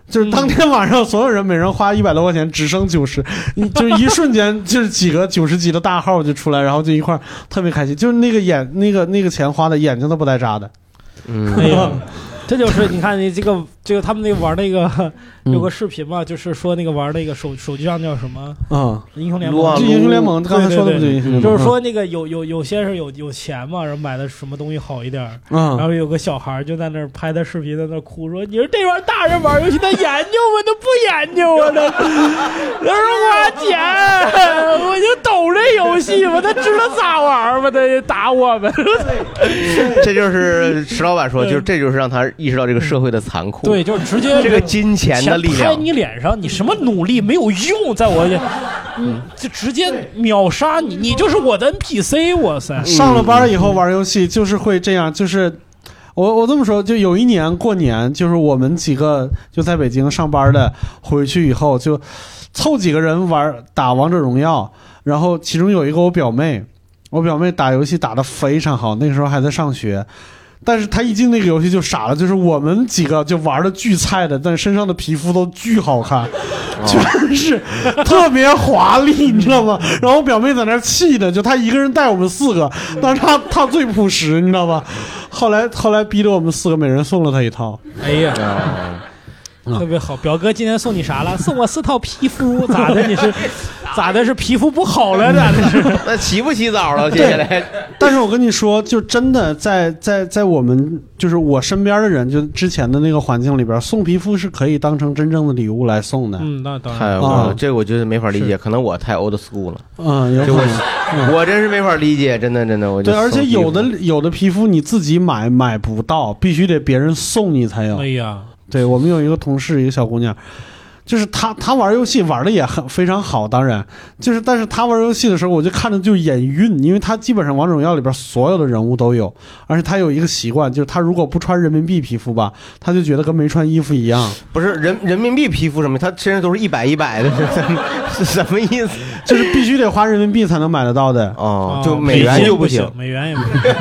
[SPEAKER 2] 就是当天晚上所有人每人花一百多块钱，直升九十，你嗯就是一瞬间， *laughs* 就是几个九十级的大号就出来，然后就一块儿特别开心，就是那个眼那个那个钱花的眼睛都不带眨的。
[SPEAKER 4] 哎
[SPEAKER 3] 嗯，
[SPEAKER 4] 呀， *laughs* 这就是你看你这个这个他们那个玩那个 *laughs* 有个视频嘛，就是说那个玩那个手手机上叫什么
[SPEAKER 2] 嗯，
[SPEAKER 4] 英雄联
[SPEAKER 3] 撸啊
[SPEAKER 4] 盟
[SPEAKER 2] 就
[SPEAKER 3] 撸，
[SPEAKER 2] 英雄联盟刚才说的不就英雄联盟？
[SPEAKER 3] 嗯
[SPEAKER 4] 就是说那个有有有些是有有钱嘛，然后买的什么东西好一点儿，然
[SPEAKER 2] 嗯，
[SPEAKER 4] 后有个小孩儿就在那儿拍的视频，在那儿哭说：“你说这帮大人玩游戏，他研究吗？他不研究啊！他 *laughs* 他说花钱，我就懂这游戏吗？他知道咋玩吗？他就打我们。
[SPEAKER 3] 这就是石老板说，就是这就是让他意识到这个社会的残酷，，
[SPEAKER 4] 对，就是直接
[SPEAKER 3] 这个金钱的力
[SPEAKER 4] 拍
[SPEAKER 3] 量。
[SPEAKER 4] 你脸上，你什么努力没有用，在我眼，嗯，就直接秒杀你，你就是我的 NPC，哇塞！
[SPEAKER 2] 上了班以后玩游戏就是会这样，就是。我我这么说，就有一年过年，就是我们几个就在北京上班的，回去以后就凑几个人玩打王者荣耀，然后其中有一个我表妹，我表妹打游戏打得非常好，那个时候还在上学，但是她一进那个游戏就傻了，就是我们几个就玩的巨菜的，但身上的皮肤都巨好 *laughs* 看，全是特别华丽，你知道吗？然后我表妹在那儿气的，就她一个人带我们四个， *laughs* 但是她她最朴实，你知道吧？后来后来逼得我们四个每人送了她一套，
[SPEAKER 4] 哎呀，特别好，表哥今天送你啥了？送我四套皮肤，咋的？你是咋的？是皮肤不好了？咋的？是
[SPEAKER 3] 那洗不洗澡了？接下来，
[SPEAKER 2] 但是我跟你说，就真的在在在我们就是我身边的人，就之前的那个环境里边，送皮肤是可以当成真正的礼物来送的。
[SPEAKER 4] 嗯，那当然。
[SPEAKER 3] 太哎
[SPEAKER 2] 啊
[SPEAKER 3] 我这我觉得没法理解，可能我太 old school 了，
[SPEAKER 2] 嗯，有
[SPEAKER 3] 就
[SPEAKER 2] 可
[SPEAKER 3] 我
[SPEAKER 2] 能。
[SPEAKER 3] 我真是没法理解，真的真的，我就
[SPEAKER 2] 对，而且
[SPEAKER 3] 送皮
[SPEAKER 2] 有的
[SPEAKER 3] 肤
[SPEAKER 2] 有的皮肤你自己买买不到，必须得别人送你才有
[SPEAKER 4] 哎。呀，
[SPEAKER 2] 对我们有一个同事，一个小姑娘，就是她，她玩游戏玩的也很非常好，当然就是，但是她玩游戏的时候，我就看着就眼晕，因为她基本上王者荣耀里边所有的人物都有，而且她有一个习惯，就是她如果不穿人民币皮肤吧，她就觉得跟没穿衣服一样，
[SPEAKER 3] 不是人人民币皮肤什么，他身上都是一百一百的，是什么是什么意思？
[SPEAKER 2] 就是必须得花人民币才能买得到的，
[SPEAKER 3] 哦
[SPEAKER 4] 啊，
[SPEAKER 3] 就美元就
[SPEAKER 4] 不
[SPEAKER 3] 行，，
[SPEAKER 4] 美元也不行。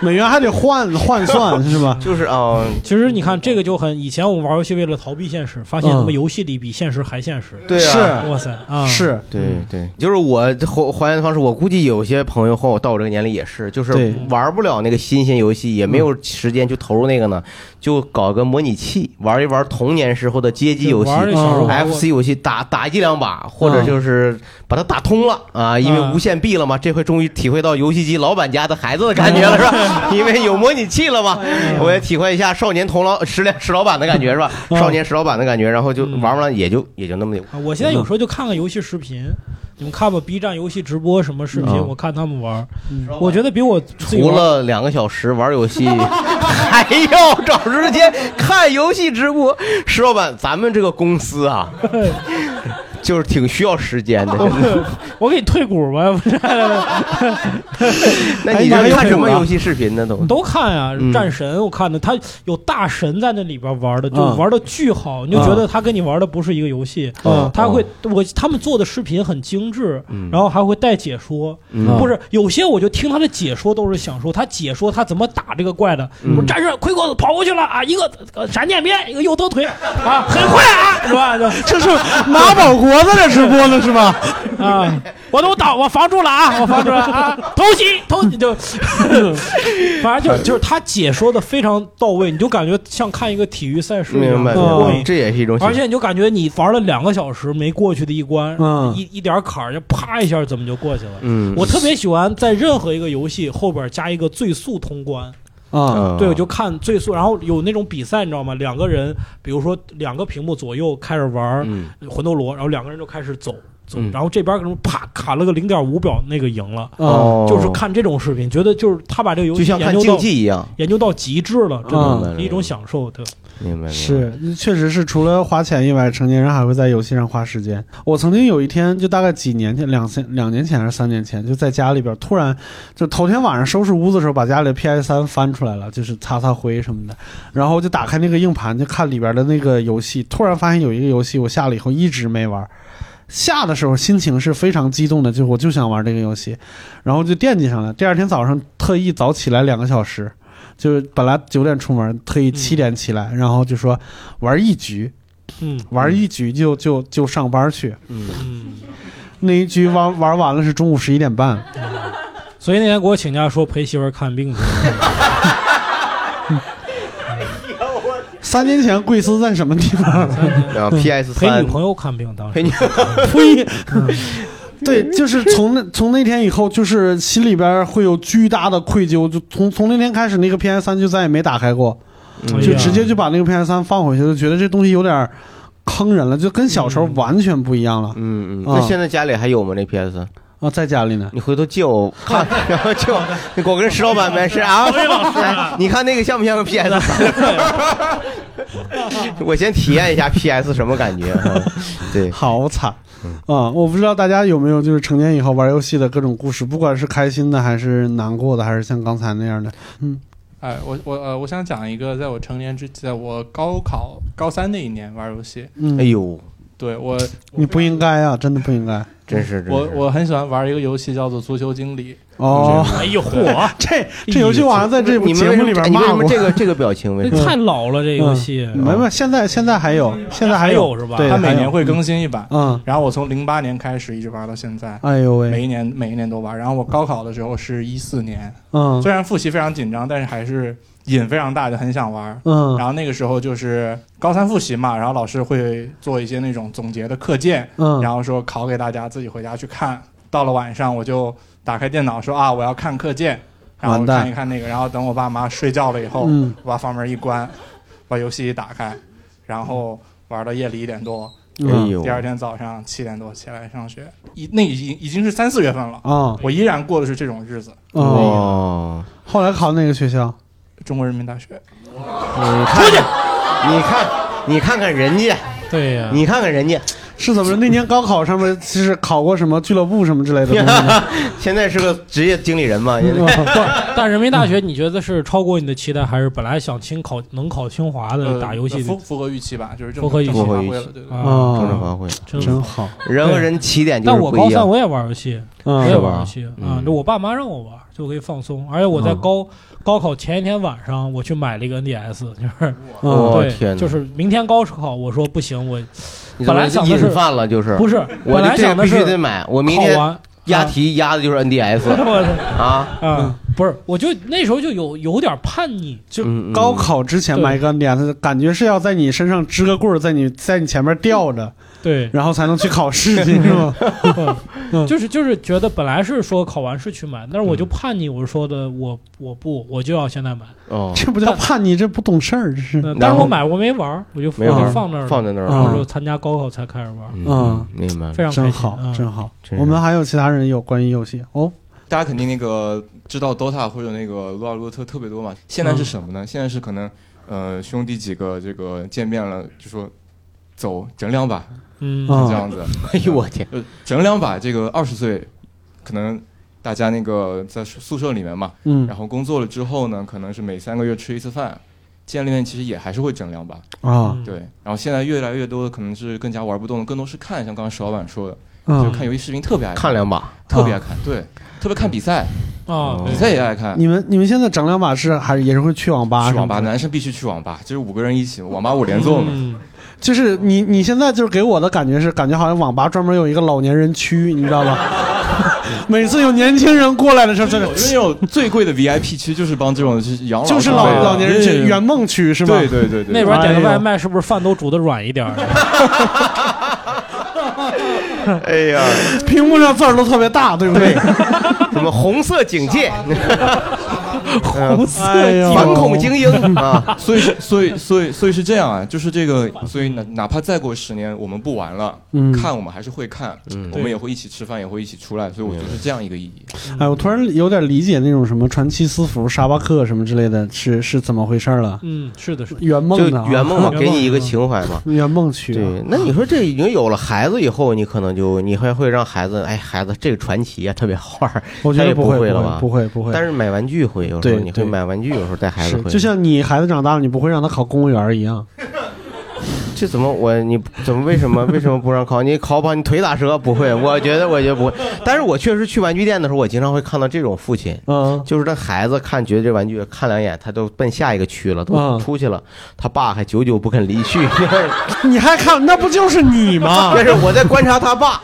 [SPEAKER 2] 美元还得换换算是吧？
[SPEAKER 3] 就是哦，
[SPEAKER 4] 其实你看，这个就很以前我们玩游戏为了逃避现实，发现他们游戏里比现实还现实。
[SPEAKER 3] 对
[SPEAKER 2] 是
[SPEAKER 3] 啊，
[SPEAKER 4] 哇塞啊！
[SPEAKER 2] 是，
[SPEAKER 3] 对对，嗯就是我还还原的方式，我估计有些朋友和我到我这个年龄也是，就是
[SPEAKER 2] 对
[SPEAKER 3] 玩不了那个新鲜游戏，也
[SPEAKER 4] 嗯
[SPEAKER 3] 没有时间去投入那个呢，就搞个模拟器玩一玩童年时候的街机游戏。
[SPEAKER 4] 玩儿那小
[SPEAKER 2] 嗯
[SPEAKER 4] 时候玩过
[SPEAKER 3] FC 游戏打打一两把，或者就是把它打通了啊，因为
[SPEAKER 4] 嗯
[SPEAKER 3] 无限币了嘛，这回终于体会到游戏机老板家的孩子的感觉了，
[SPEAKER 4] *laughs*
[SPEAKER 3] 是吧？因为有模拟器了嘛，
[SPEAKER 4] 哎
[SPEAKER 3] 我也体会一下少年童老石石老板的感觉，是吧？
[SPEAKER 4] 嗯
[SPEAKER 3] 少年石老板的感觉，然后就玩完也就也就那么
[SPEAKER 4] 啊，我现在有
[SPEAKER 3] 嗯
[SPEAKER 4] 时候就看看游戏视频，你们看吧，B 站游戏直播什么视频，
[SPEAKER 3] 嗯
[SPEAKER 4] 我看他们玩儿，我觉得比我自己
[SPEAKER 3] 除
[SPEAKER 4] 玩儿
[SPEAKER 3] 了两个小时玩游戏， *laughs* 还要找时间看游戏直播。石老板，咱们这个公司啊，就是挺需要
[SPEAKER 4] *laughs*
[SPEAKER 3] 时间的。
[SPEAKER 4] 我给你退股吧，不是？ *laughs*
[SPEAKER 3] 那
[SPEAKER 4] 哎
[SPEAKER 3] 你这看什么游戏视频呢？都
[SPEAKER 4] 啊都看啊
[SPEAKER 3] 嗯，啊
[SPEAKER 4] 战神我看的，他有大神在那里边玩的，就
[SPEAKER 2] 嗯
[SPEAKER 4] 玩的巨好，你就觉得他跟你玩的不是一个游戏。
[SPEAKER 2] 嗯
[SPEAKER 4] 他会，我他们做的视频很精致，
[SPEAKER 3] 啊嗯
[SPEAKER 4] 然后还会带解说，
[SPEAKER 3] 嗯
[SPEAKER 4] 不是有些我就听他的解说都是想说他解说他怎么打这个怪的，
[SPEAKER 3] 嗯
[SPEAKER 4] 说战士盔过子跑过去了啊，一个呃闪电鞭，一个右蹬腿啊，很快啊，是吧？就
[SPEAKER 2] 这是马保国在这直播呢是吧？
[SPEAKER 4] 啊，我都倒，我防住了 *laughs* 啊，我防住了啊，偷袭偷就， *laughs* 反正就是就是他解说的非常到位，你就感觉像看一个体育赛事一
[SPEAKER 3] 明
[SPEAKER 4] 样，
[SPEAKER 3] 白，
[SPEAKER 4] 很过
[SPEAKER 3] 明白
[SPEAKER 4] 瘾。
[SPEAKER 3] 这也是一种喜。
[SPEAKER 4] 啊嗯而且你就感觉你玩了两个小时没过去的一关，
[SPEAKER 2] 嗯
[SPEAKER 4] 一一点坎儿就啪一下怎么就过去了。
[SPEAKER 3] 嗯，
[SPEAKER 4] 我特别喜欢在任何一个游戏后边加一个最速通关，
[SPEAKER 2] 啊，
[SPEAKER 3] 嗯
[SPEAKER 4] 对，我就看最速，然后有那种比赛，你知道吗？两个人，比如说两个屏幕左右开始玩
[SPEAKER 3] 嗯
[SPEAKER 4] 魂斗罗，然后两个人就开始走走
[SPEAKER 3] 嗯，
[SPEAKER 4] 然后这边可能啪砍了个零点五秒，那个赢了，
[SPEAKER 2] 哦，
[SPEAKER 4] 嗯就是看这种视频，觉得就是他把这个游
[SPEAKER 3] 就
[SPEAKER 4] 戏
[SPEAKER 3] 像看
[SPEAKER 4] 研究
[SPEAKER 3] 竞
[SPEAKER 4] 到
[SPEAKER 3] 技一样，
[SPEAKER 4] 研究到极致了，真
[SPEAKER 2] 嗯
[SPEAKER 4] 的是一种享受，对，
[SPEAKER 3] 明白？
[SPEAKER 2] 是，确实是，除了花钱以外，成年人还会在游戏上花时间。我曾经有一天，就大概几年前，两千两年前还是三年前，就在家里边突然，就头天晚上收拾屋子的时候，把家里的 PS 三翻出来了，就是擦擦灰什么的，然后就打开那个硬盘，就看里边的那个游戏，突然发现有一个游戏我下了以后一直没玩。下的时候心情是非常激动的，就我就想玩这个游戏，然后就惦记上了。第二天早上特意早起来两个小时，就是本来九点出门，特意七点起来，然后就说玩一局，
[SPEAKER 4] 嗯
[SPEAKER 2] 玩一局就就就上班去。
[SPEAKER 4] 嗯。
[SPEAKER 2] 那一局玩玩完了是中午十一点半，
[SPEAKER 4] 所以那天给我请假说陪媳妇儿看病去，
[SPEAKER 2] 三年前贵司在什么地
[SPEAKER 4] *laughs*
[SPEAKER 2] 方？
[SPEAKER 3] 然后 PS
[SPEAKER 4] 嗯陪
[SPEAKER 3] 三
[SPEAKER 4] 女朋友看病，当时
[SPEAKER 3] 陪女
[SPEAKER 2] 呸！
[SPEAKER 4] 嗯
[SPEAKER 2] 对，就是从那从那天以后，就是心里边会有巨大的愧疚，就从从那天开始，那个 PS 三就再也没打开过，
[SPEAKER 3] 嗯
[SPEAKER 4] 哎
[SPEAKER 2] 就
[SPEAKER 4] 呀
[SPEAKER 2] 直接就把那个 PS 三放回去，就觉得这东西有点坑人了，就跟小
[SPEAKER 4] 嗯
[SPEAKER 2] 时候完全不一样了
[SPEAKER 3] 嗯嗯，
[SPEAKER 2] 啊
[SPEAKER 3] 那现在家里还有吗？那 PS，
[SPEAKER 2] 啊，在家里呢。
[SPEAKER 3] 你回头借我看， *laughs* 然后借我，我跟石老板没
[SPEAKER 4] *laughs*
[SPEAKER 3] 事啊，哎你看那个像不像 PS？我先体验一下 PS 什么感觉。嗯对，
[SPEAKER 2] 好惨，啊、我不知道大家有没有就是成年以后玩游戏的各种故事，不管是开心的，还是难过的，还是像刚才那样的。
[SPEAKER 9] 哎，我我呃，我想讲一个，在我成年之在我高考高三那一年玩游戏，
[SPEAKER 2] 嗯，
[SPEAKER 3] 哎呦，
[SPEAKER 9] 对我
[SPEAKER 2] 你不应该啊，真的不应该。
[SPEAKER 3] 真是真
[SPEAKER 9] 我
[SPEAKER 3] 是，
[SPEAKER 9] 我很喜欢玩一个游戏叫做《足球经理
[SPEAKER 2] 哦，
[SPEAKER 4] 哎呦嚯，
[SPEAKER 2] 这这游戏我好像在这
[SPEAKER 3] 哎你们
[SPEAKER 2] 节
[SPEAKER 3] 为什
[SPEAKER 2] 目
[SPEAKER 3] 么哎
[SPEAKER 2] 里边
[SPEAKER 3] 你为
[SPEAKER 2] 骂
[SPEAKER 3] 什么
[SPEAKER 2] 过。
[SPEAKER 3] 这个这个表情？为
[SPEAKER 4] 这 *laughs*
[SPEAKER 3] 什么？
[SPEAKER 4] 太老了，这游戏
[SPEAKER 2] 嗯没没，现在现在还有，现在有
[SPEAKER 4] 还有是吧
[SPEAKER 2] 对，》，
[SPEAKER 9] 它每
[SPEAKER 2] 还有
[SPEAKER 9] 年会更新一版。
[SPEAKER 2] 嗯，
[SPEAKER 9] 然后我从零八年开始一直玩到现在，
[SPEAKER 2] 哎呦
[SPEAKER 9] 每
[SPEAKER 2] 喂，
[SPEAKER 9] 一年每一年都玩。然后我高考的时候是一四年，
[SPEAKER 2] 嗯
[SPEAKER 9] 虽然复习非常紧张，但是还是瘾非常大，就很想玩。
[SPEAKER 2] 嗯
[SPEAKER 9] 然后那个时候就是高三复习嘛，然后老师会做一些那种总结的课件，
[SPEAKER 2] 嗯
[SPEAKER 9] 然后说考给大家自己回家去看。到了晚上我就打开电脑说啊，我要看课件，然后
[SPEAKER 2] 完蛋
[SPEAKER 9] 看一看那个，然后等我爸妈睡觉了以后，
[SPEAKER 2] 嗯
[SPEAKER 9] 我把房门一关，把游戏一打开，然后玩到夜里一点多，
[SPEAKER 3] 哎
[SPEAKER 2] 嗯
[SPEAKER 3] 呦
[SPEAKER 9] 第，二天早上七点多起来上学，已那已经已经是三四月份了，
[SPEAKER 2] 啊
[SPEAKER 9] 我依然过的是这种日子。
[SPEAKER 2] 嗯，
[SPEAKER 3] 哦，
[SPEAKER 2] 后来考哪个学校？
[SPEAKER 9] 中国人民大学，
[SPEAKER 4] 嗯
[SPEAKER 3] 你看，哦你看，你看看人家，
[SPEAKER 4] 对呀，
[SPEAKER 3] 你看看人家，
[SPEAKER 2] 是怎么着？那年高考上面就是考过什么俱乐部什么之类的东西吗？
[SPEAKER 3] *laughs* 现在是个职业经理人嘛？现在
[SPEAKER 4] 嗯但人民大学，你觉得是超过你的期待，还是本来想清考能考清华的
[SPEAKER 9] 呃
[SPEAKER 4] 打游戏
[SPEAKER 9] 符符合预期吧，就是
[SPEAKER 4] 符合预期
[SPEAKER 9] 正常发
[SPEAKER 3] 符合
[SPEAKER 9] 挥
[SPEAKER 3] 预期
[SPEAKER 9] 了，对对。
[SPEAKER 4] 啊？
[SPEAKER 3] 正常
[SPEAKER 2] 啊，
[SPEAKER 3] 发挥，
[SPEAKER 4] 真
[SPEAKER 2] 真
[SPEAKER 4] 好。
[SPEAKER 2] 好，
[SPEAKER 3] 人和人起嗯点就
[SPEAKER 4] 但
[SPEAKER 3] 是
[SPEAKER 4] 我
[SPEAKER 3] 不
[SPEAKER 4] 高
[SPEAKER 3] 一样
[SPEAKER 4] 三。我也玩游戏，我
[SPEAKER 2] 嗯
[SPEAKER 4] 也
[SPEAKER 3] 是吧
[SPEAKER 4] 玩游戏啊
[SPEAKER 3] 嗯。
[SPEAKER 4] 就我爸妈让我玩，就可以放松。而且我在
[SPEAKER 3] 嗯
[SPEAKER 4] 高高考前一天晚上，我去买了一个 NDS，就是
[SPEAKER 2] 嗯
[SPEAKER 3] 哦
[SPEAKER 4] 对，
[SPEAKER 3] 天哪
[SPEAKER 4] 就是明天高考，我说不行，我
[SPEAKER 3] 你怎么
[SPEAKER 4] 本来想的是
[SPEAKER 3] 瘾犯了，就是
[SPEAKER 4] 不是，
[SPEAKER 3] 我
[SPEAKER 4] 本来
[SPEAKER 3] 这
[SPEAKER 4] 想的
[SPEAKER 3] 个必须得
[SPEAKER 4] 是
[SPEAKER 3] 买，我明
[SPEAKER 4] 考
[SPEAKER 3] 天
[SPEAKER 4] 完
[SPEAKER 3] 押
[SPEAKER 4] 啊
[SPEAKER 3] 题押的就是
[SPEAKER 4] *laughs*
[SPEAKER 3] NDS
[SPEAKER 4] 我的
[SPEAKER 3] 啊，
[SPEAKER 4] 啊，不是，我就那时候就有有点叛逆，
[SPEAKER 2] 就
[SPEAKER 3] 嗯嗯
[SPEAKER 2] 高考之前买一个脸，他感觉是要在你身上支个棍儿，在你在你前面吊着，
[SPEAKER 4] 对，
[SPEAKER 2] 然后才能去考试，
[SPEAKER 10] *laughs*
[SPEAKER 2] 你知道吗？嗯
[SPEAKER 4] 就是就是觉得本来是说考完试去买，但
[SPEAKER 3] 嗯
[SPEAKER 4] 是我就叛逆，我说的我我不我就要现在买，
[SPEAKER 3] 哦，
[SPEAKER 2] 这不叫叛逆，这不懂事儿，这是。
[SPEAKER 4] 呃
[SPEAKER 3] 嗯然
[SPEAKER 4] 但
[SPEAKER 3] 后
[SPEAKER 4] 是我买我没玩儿，我就
[SPEAKER 3] 没
[SPEAKER 4] 我
[SPEAKER 3] 玩
[SPEAKER 4] 就
[SPEAKER 3] 儿
[SPEAKER 4] 放那儿了，
[SPEAKER 3] 放在那儿
[SPEAKER 2] 嗯
[SPEAKER 4] 然
[SPEAKER 3] 了
[SPEAKER 4] 后参加高考才开始玩儿，
[SPEAKER 2] 嗯
[SPEAKER 3] 明白了
[SPEAKER 4] 非常开心
[SPEAKER 2] 真好，
[SPEAKER 4] 嗯
[SPEAKER 2] 真好。
[SPEAKER 3] 真是
[SPEAKER 2] 我们还有其他人有关于游戏哦，
[SPEAKER 9] 大家肯定那个知道 DOTA 或者那个撸啊撸特特别多嘛。
[SPEAKER 3] 嗯
[SPEAKER 9] 现在是什么呢？现在是可能呃兄弟几个这个见面了，就说
[SPEAKER 10] 走整两把，
[SPEAKER 4] 嗯
[SPEAKER 10] 是这样子。
[SPEAKER 3] *laughs* 哎呦我天，
[SPEAKER 10] 整两把这个二十岁，可能大家那个在宿舍里面嘛，
[SPEAKER 2] 嗯
[SPEAKER 10] 然后工作了之后呢，可能是每三个月吃一次饭，见了面其实也还是会整两把
[SPEAKER 4] 嗯
[SPEAKER 2] 啊
[SPEAKER 3] 嗯
[SPEAKER 10] 对，然后现在越来越多的可能是更加玩不动，更多是看，像刚刚石老板说的，
[SPEAKER 2] 嗯
[SPEAKER 10] 就看游戏视频特别爱
[SPEAKER 3] 看两哦把，
[SPEAKER 10] 特别爱看，对，特别看比赛，
[SPEAKER 4] 啊
[SPEAKER 10] 比
[SPEAKER 3] 嗯
[SPEAKER 10] 赛也爱看。
[SPEAKER 2] 你们你们现在整两把是还也是会去网吧？
[SPEAKER 10] 去网吧，，男生必须去网吧，就是五个人一起，网吧五连坐
[SPEAKER 2] 嗯
[SPEAKER 10] 嘛。
[SPEAKER 4] 嗯
[SPEAKER 2] 就是你你现在就是给我的感觉是，感觉好像网吧专门有一个老年人区，你知道吧？
[SPEAKER 10] *laughs*
[SPEAKER 2] 每次有年轻人过来的时候，真的
[SPEAKER 10] 有因为有最贵的 VIP 区就是帮这种就是养老
[SPEAKER 2] 就是老
[SPEAKER 10] 长辈的
[SPEAKER 2] 老年人
[SPEAKER 10] 对
[SPEAKER 2] 去圆梦区是吧？
[SPEAKER 10] 对对对对
[SPEAKER 4] 那边点个外卖是不是饭都煮的软一点儿？
[SPEAKER 3] *laughs* 哎呀，
[SPEAKER 2] 屏幕上字儿都特别大，对不
[SPEAKER 3] *laughs*
[SPEAKER 2] 对？ *laughs*
[SPEAKER 3] 什么红色警戒，嗯
[SPEAKER 2] 红色哎呦
[SPEAKER 3] 反恐精英啊，
[SPEAKER 10] 所以是，所以，所以，所以是这样啊，就是这个，所以哪哪怕再过十年，我们不玩了，
[SPEAKER 2] 嗯
[SPEAKER 10] 看我们还是会看，我们
[SPEAKER 4] 对
[SPEAKER 10] 也会一起吃饭，也会一起出来，所以我觉得是这样一个意义。
[SPEAKER 2] 哎，我突然有点理解那种什么传奇私服、沙巴克什么之类的，是是怎么回事儿了？
[SPEAKER 4] 嗯，是的，是的。
[SPEAKER 2] 圆
[SPEAKER 3] 就
[SPEAKER 2] 梦的啊
[SPEAKER 3] 圆梦嘛，
[SPEAKER 4] 圆梦
[SPEAKER 3] 给你一个情怀嘛。
[SPEAKER 2] *laughs* 圆梦区
[SPEAKER 3] *laughs*
[SPEAKER 2] 啊，
[SPEAKER 3] 对，那你说这已经有了孩子以后，你可能就你还会让孩子，哎，孩子这个传奇啊，特别好玩儿，
[SPEAKER 2] 我觉
[SPEAKER 3] 他
[SPEAKER 2] 得
[SPEAKER 3] 也
[SPEAKER 2] 不
[SPEAKER 3] 会
[SPEAKER 2] 会
[SPEAKER 3] 了吧？
[SPEAKER 2] 不会不会。
[SPEAKER 3] 但是买玩具会，有时候
[SPEAKER 2] 对
[SPEAKER 3] 你会
[SPEAKER 2] 对
[SPEAKER 3] 买玩具，有时候带孩子
[SPEAKER 2] 是
[SPEAKER 3] 会。
[SPEAKER 2] 就像你孩子长大了，你不会让他考公务员一样。
[SPEAKER 3] 这怎么我你怎么为什 *laughs* 么为什么不让考？你考不好你腿打折不会？我觉得我觉得不会。但是我确实去玩具店的时候，我经常会看到这种父亲，
[SPEAKER 2] 嗯，
[SPEAKER 3] 就是这孩子看觉得这玩具看两眼，他都奔下一个区了，
[SPEAKER 2] 嗯
[SPEAKER 3] 都出去了，他爸还久久不肯离
[SPEAKER 2] *laughs*
[SPEAKER 3] 去。
[SPEAKER 2] *laughs* 你还看那不就是你吗
[SPEAKER 3] 但？是我在观察他爸，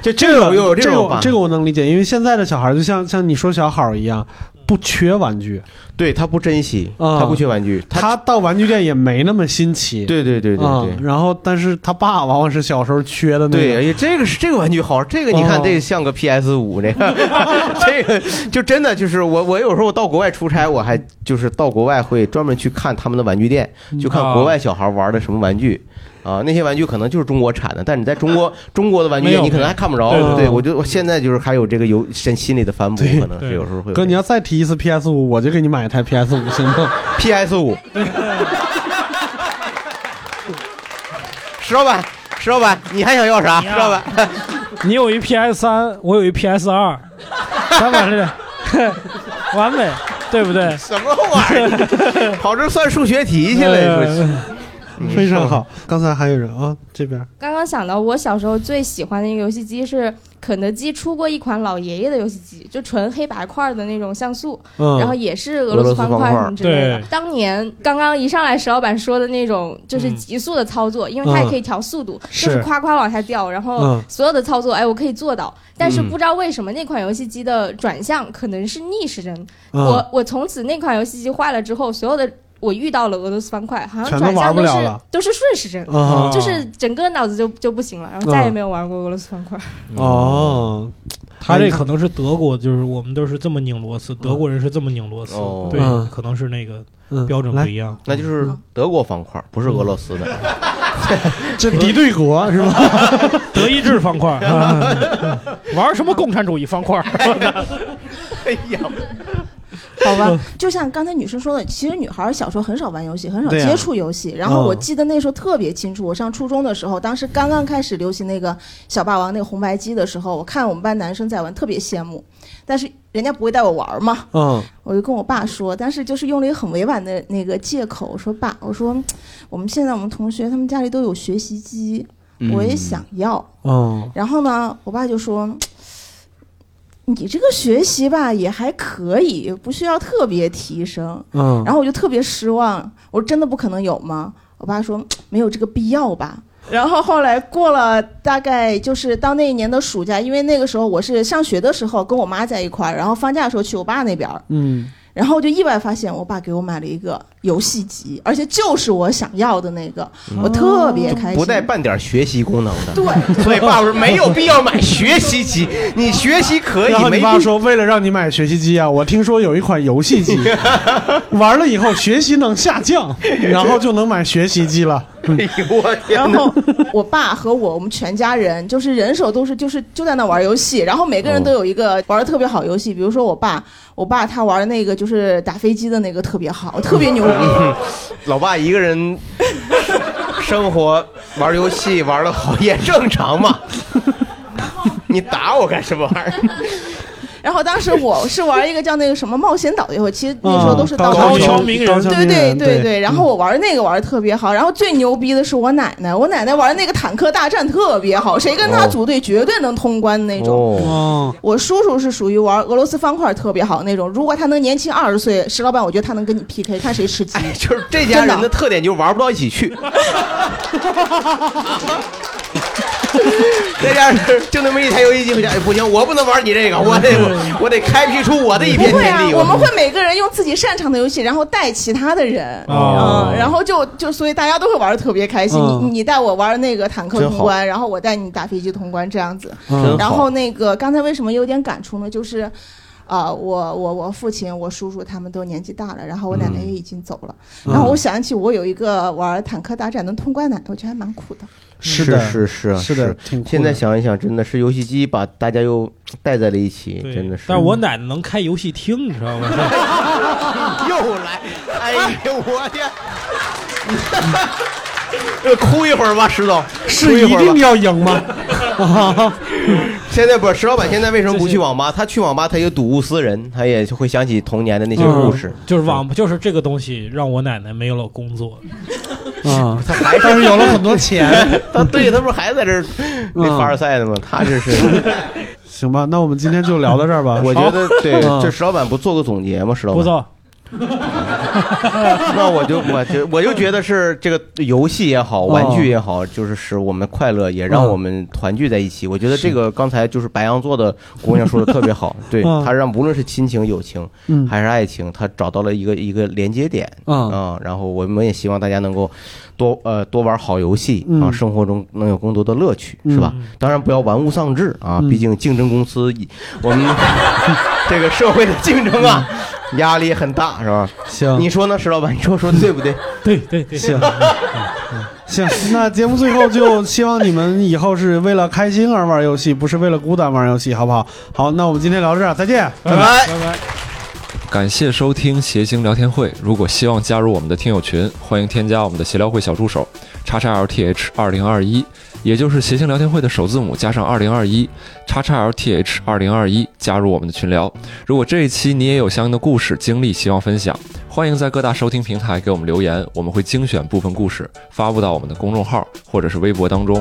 [SPEAKER 3] 就 *laughs* 这种有
[SPEAKER 2] 这
[SPEAKER 3] 种
[SPEAKER 2] 个
[SPEAKER 3] 爸，
[SPEAKER 2] 这个我能理解，因为现在的小孩就像像你说小好一样，不缺玩具，
[SPEAKER 3] 对他不珍惜，
[SPEAKER 2] 啊
[SPEAKER 3] 他不缺玩具，
[SPEAKER 2] 他到玩具店也没那么新奇。
[SPEAKER 3] 对对对对
[SPEAKER 2] 啊
[SPEAKER 3] 对。
[SPEAKER 2] 然后，但是他爸往往是小时候缺的那
[SPEAKER 3] 对，
[SPEAKER 2] 个。
[SPEAKER 3] 而且这个是这个玩具好玩，这个你看
[SPEAKER 2] 哦
[SPEAKER 3] 这个像个 PS 五，
[SPEAKER 4] *laughs*
[SPEAKER 3] 这个这个就真的就是我我有时候我到国外出差，我还就是到国外会专门去看他们的玩具店，就看国外小孩玩的什么玩具。啊，那些玩具可能就是中国产的，但你在中
[SPEAKER 4] *laughs*
[SPEAKER 3] 国中国的玩具
[SPEAKER 4] 没
[SPEAKER 3] 店
[SPEAKER 4] 有
[SPEAKER 3] 你可能还看不着。
[SPEAKER 4] 对对
[SPEAKER 2] 对
[SPEAKER 3] 我觉得我现在就是还有这个有身心里的反哺，可能是有时候会有
[SPEAKER 2] 哥，你要再提一次 PS 五，我就给你买一台
[SPEAKER 3] *laughs*
[SPEAKER 2] PS 五，行吗？
[SPEAKER 4] *laughs*
[SPEAKER 3] PS 五。石老板，石老板，你还想要啥？石
[SPEAKER 4] 呀
[SPEAKER 3] 老板，
[SPEAKER 4] 你有一 PS 三，我有一 PS 二，咱把这俩 *laughs* 完美，对不对？
[SPEAKER 3] 什么玩意儿？跑这算数学题去了？
[SPEAKER 4] 呃
[SPEAKER 2] *laughs*
[SPEAKER 3] 你说你
[SPEAKER 2] 哎非常
[SPEAKER 3] 说
[SPEAKER 2] 好。刚才还有人啊，这边
[SPEAKER 11] 刚刚想到，我小时候最喜欢的一个游戏机是肯德基出过一款老爷爷的游戏机，就纯黑白块儿的那种像素，
[SPEAKER 2] 嗯
[SPEAKER 11] 然后也是俄罗斯方块什么之类的
[SPEAKER 4] 对。
[SPEAKER 11] 当年刚刚一上来石老板说的那种，就是急速的操作，因为它也可以调速度，嗯就是是夸夸往下掉，然后
[SPEAKER 2] 嗯
[SPEAKER 11] 所有的操作，哎，我可以做到。但是不知道为什么那款游戏机的转向可能是逆时针，
[SPEAKER 2] 啊
[SPEAKER 11] 我，我从此那款游戏机坏了之后，所有的我遇到了俄罗斯方块，好像
[SPEAKER 2] 全都
[SPEAKER 11] 转
[SPEAKER 2] 玩
[SPEAKER 11] 向
[SPEAKER 2] 不
[SPEAKER 11] 都
[SPEAKER 2] 了
[SPEAKER 11] 是
[SPEAKER 2] 了
[SPEAKER 11] 都是顺时针。
[SPEAKER 2] 啊
[SPEAKER 11] 就是整个脑子就就不行了，然后再也没有玩过俄罗斯
[SPEAKER 7] 嗯
[SPEAKER 11] 方块。
[SPEAKER 2] 哦，
[SPEAKER 4] 他这可能是德国，就是我们都是这么拧螺丝，德国人是这么拧螺丝
[SPEAKER 3] 哦，
[SPEAKER 4] 对
[SPEAKER 2] 嗯，
[SPEAKER 4] 可能是那个
[SPEAKER 2] 嗯
[SPEAKER 4] 标准不
[SPEAKER 2] 来，
[SPEAKER 4] 一样。
[SPEAKER 3] 那就是德国方块，不是俄罗斯
[SPEAKER 7] *laughs*
[SPEAKER 3] 的。
[SPEAKER 2] 这敌对国是吧？
[SPEAKER 4] 德意志方
[SPEAKER 3] *laughs*
[SPEAKER 4] 块，啊玩什么共产主义方块？ *laughs*
[SPEAKER 3] 哎呀，
[SPEAKER 7] 好
[SPEAKER 2] 嗯
[SPEAKER 7] 吧，就像刚才女生说的，其实女孩儿小时候很少玩游戏，很少
[SPEAKER 2] 对啊
[SPEAKER 7] 接触游戏。然后
[SPEAKER 2] 嗯
[SPEAKER 7] 我记得那时候特别清楚，我上初中的时候，当时刚刚开始流行那个小霸王那个红白机的时候，我看我们班男生在玩，特别羡慕，但是人家不会带我玩儿嘛，
[SPEAKER 2] 嗯，
[SPEAKER 7] 我就跟我爸说，但是就是用了一个很委婉的那个借口，我说爸，我说我们现在我们同学他们家里都有学习机，
[SPEAKER 2] 嗯
[SPEAKER 7] 我
[SPEAKER 3] 嗯
[SPEAKER 7] 也想要。
[SPEAKER 2] 哦，
[SPEAKER 7] 然后呢，我爸就说：“你这个学习吧也还可以，不需要特别提升。”
[SPEAKER 2] 嗯，
[SPEAKER 7] 然后我就特别失望，我说：“真的不可能有吗？”我爸说：“没有这个必要吧。”然后后来过了大概就是到那一年的暑假，因为那个时候我是上学的时候跟我妈在一块儿，然后放假的时候去我爸那边儿，
[SPEAKER 2] 嗯，
[SPEAKER 7] 然后我就意外发现我爸给我买了一个游戏机，而且就是我想要的那个，我特别开心。
[SPEAKER 3] 不带半点学习功能 *laughs* 的。
[SPEAKER 7] 对，
[SPEAKER 3] 所以爸爸说没有必要买学习机， *laughs* 你学习可以
[SPEAKER 2] 然后，你
[SPEAKER 3] 没
[SPEAKER 2] 爸
[SPEAKER 3] 必
[SPEAKER 2] 说，为了让你买学习机啊，我听说有一款游
[SPEAKER 3] *laughs*
[SPEAKER 2] 戏机，玩了以后学习能下降，然后就能买学习
[SPEAKER 7] *laughs*
[SPEAKER 2] 机了。
[SPEAKER 3] *laughs* 哎呦我天
[SPEAKER 7] 然
[SPEAKER 3] 哪！
[SPEAKER 7] 后我爸和我我们全家人就是人手都是就是就在那玩游戏，然后每个人都有一个玩的特别好游戏，比如说我爸，我爸他玩那个
[SPEAKER 3] 嗯
[SPEAKER 7] 就是打飞机的那个特别好，特别牛逼。
[SPEAKER 3] 老爸一个人 *laughs* 生活玩游戏玩的好也正常
[SPEAKER 2] *laughs*
[SPEAKER 3] 嘛。你打我干什么玩意儿？
[SPEAKER 7] 然后当时我是玩一个叫那个什么冒险岛的游戏，其实那时候都是
[SPEAKER 2] 啊
[SPEAKER 7] 刀桥
[SPEAKER 2] 刀桥名
[SPEAKER 7] 对对
[SPEAKER 2] 人刀桥名人对
[SPEAKER 7] 对。然后我玩那个玩的特别好，然后最牛逼的是我奶奶，我奶奶玩那个坦克大战特别好，谁跟她组队绝对能通关的那种。
[SPEAKER 2] 哦，
[SPEAKER 7] 我叔叔是属于玩俄罗斯方块特别好那种，如果他能年轻二十岁，石老板我觉得他能跟你 PK，看谁吃鸡。
[SPEAKER 3] 哎
[SPEAKER 7] *laughs*
[SPEAKER 3] 就是这家人的特点就是玩不到一起去，这家人就那么一台游戏机回家，哎不行，我不能玩你这个，我得我我得开辟出我的一
[SPEAKER 7] 不
[SPEAKER 3] 片
[SPEAKER 7] 会
[SPEAKER 3] 天
[SPEAKER 7] 啊，
[SPEAKER 3] 地。
[SPEAKER 7] 我们会每个人用自己擅长的游戏，然后带其他的人，
[SPEAKER 3] 哦
[SPEAKER 7] 嗯，然后就就所以大家都会玩的特别开心。
[SPEAKER 3] 嗯
[SPEAKER 7] 你你带我玩那个坦克
[SPEAKER 3] 真
[SPEAKER 7] 通
[SPEAKER 3] 好
[SPEAKER 7] 关，然后我带你打飞机通关，这样子
[SPEAKER 3] 嗯真。好
[SPEAKER 7] 然后那个刚才为什么有点感触呢？就是。啊、我我我父亲、我叔叔他们都年纪大了，然后我奶奶也已经走了。
[SPEAKER 3] 嗯
[SPEAKER 7] 然后我想起我有一个玩坦克大战能通关奶奶，我觉得还蛮酷的。
[SPEAKER 3] 是
[SPEAKER 2] 的
[SPEAKER 3] 是是
[SPEAKER 2] 是的挺酷的
[SPEAKER 3] 现在想一想，真的是游戏机把大家又带在了一起，真的是。嗯
[SPEAKER 4] 但是我奶奶能开游戏厅，你知道吗？ *laughs*
[SPEAKER 3] *laughs* 又来，哎呦我天！呃 *laughs* 哭一会儿吧，石总，哭
[SPEAKER 2] 是
[SPEAKER 3] 一
[SPEAKER 2] 一
[SPEAKER 3] 会儿吧
[SPEAKER 2] 定要赢吗？
[SPEAKER 3] *laughs* 现在不是石老板，现在为什么不去网吧？他去网吧，他也睹物思人，他也会想起童年的那些故事。
[SPEAKER 4] 就是网，就是这个东西让我奶奶没有了工作，
[SPEAKER 2] 啊，
[SPEAKER 3] 他还
[SPEAKER 2] 但是有了很多钱。
[SPEAKER 3] *laughs*
[SPEAKER 2] 嗯
[SPEAKER 3] 他对他不是还在这儿那凡尔赛呢吗？他这是，
[SPEAKER 2] 行吧，那我们今天就聊到这儿吧。
[SPEAKER 3] *laughs* 我觉
[SPEAKER 2] *laughs*
[SPEAKER 3] 得对，
[SPEAKER 2] 嗯
[SPEAKER 3] 这石老板不做个总结吗？石老
[SPEAKER 4] 不
[SPEAKER 3] 板，
[SPEAKER 4] 错，
[SPEAKER 3] *laughs* 那我就我就我就觉得是这个游戏也好，玩具
[SPEAKER 2] 嗯
[SPEAKER 3] 也好，就是使我们快乐，也让我们团聚在一起。我觉得这个刚才就是白羊座的姑娘说的特别好，对
[SPEAKER 2] 嗯
[SPEAKER 3] 她让无论是亲情、友情
[SPEAKER 2] 嗯
[SPEAKER 3] 还是爱情，她找到了一个一个连接点
[SPEAKER 2] 嗯
[SPEAKER 3] 啊。然后我们也希望大家能够多呃多玩好游戏啊，
[SPEAKER 2] 嗯
[SPEAKER 3] 生活中能有更多的乐趣，
[SPEAKER 2] 嗯
[SPEAKER 3] 是吧？当然不要玩物丧志啊，
[SPEAKER 2] 嗯
[SPEAKER 3] 毕竟竞争公司以我
[SPEAKER 2] *laughs*
[SPEAKER 3] 们这个社会的竞争啊。压力很大是吧？
[SPEAKER 2] 行
[SPEAKER 3] 你说呢，石老板？你说说对不对？
[SPEAKER 4] 对对对，
[SPEAKER 2] 行行，那节目最后就希望你们以后是为了开心而玩游戏，不是为了孤单玩游戏，好不好？好，那我们今天聊到这儿，再见，拜拜。
[SPEAKER 3] 拜
[SPEAKER 4] 拜。
[SPEAKER 1] 感谢收听谐星聊天会。如果希望加入我们的听友群，欢迎添加我们的协聊会小助手叉叉 LTH 二零二一，也就是谐星聊天会的首字母加上二零二一叉叉 LTH 二零二一，加入我们的群聊。如果这一期你也有相应的故事经历，希望分享，欢迎在各大收听平台给我们留言，我们会精选部分故事发布到我们的公众号或者是微博当中。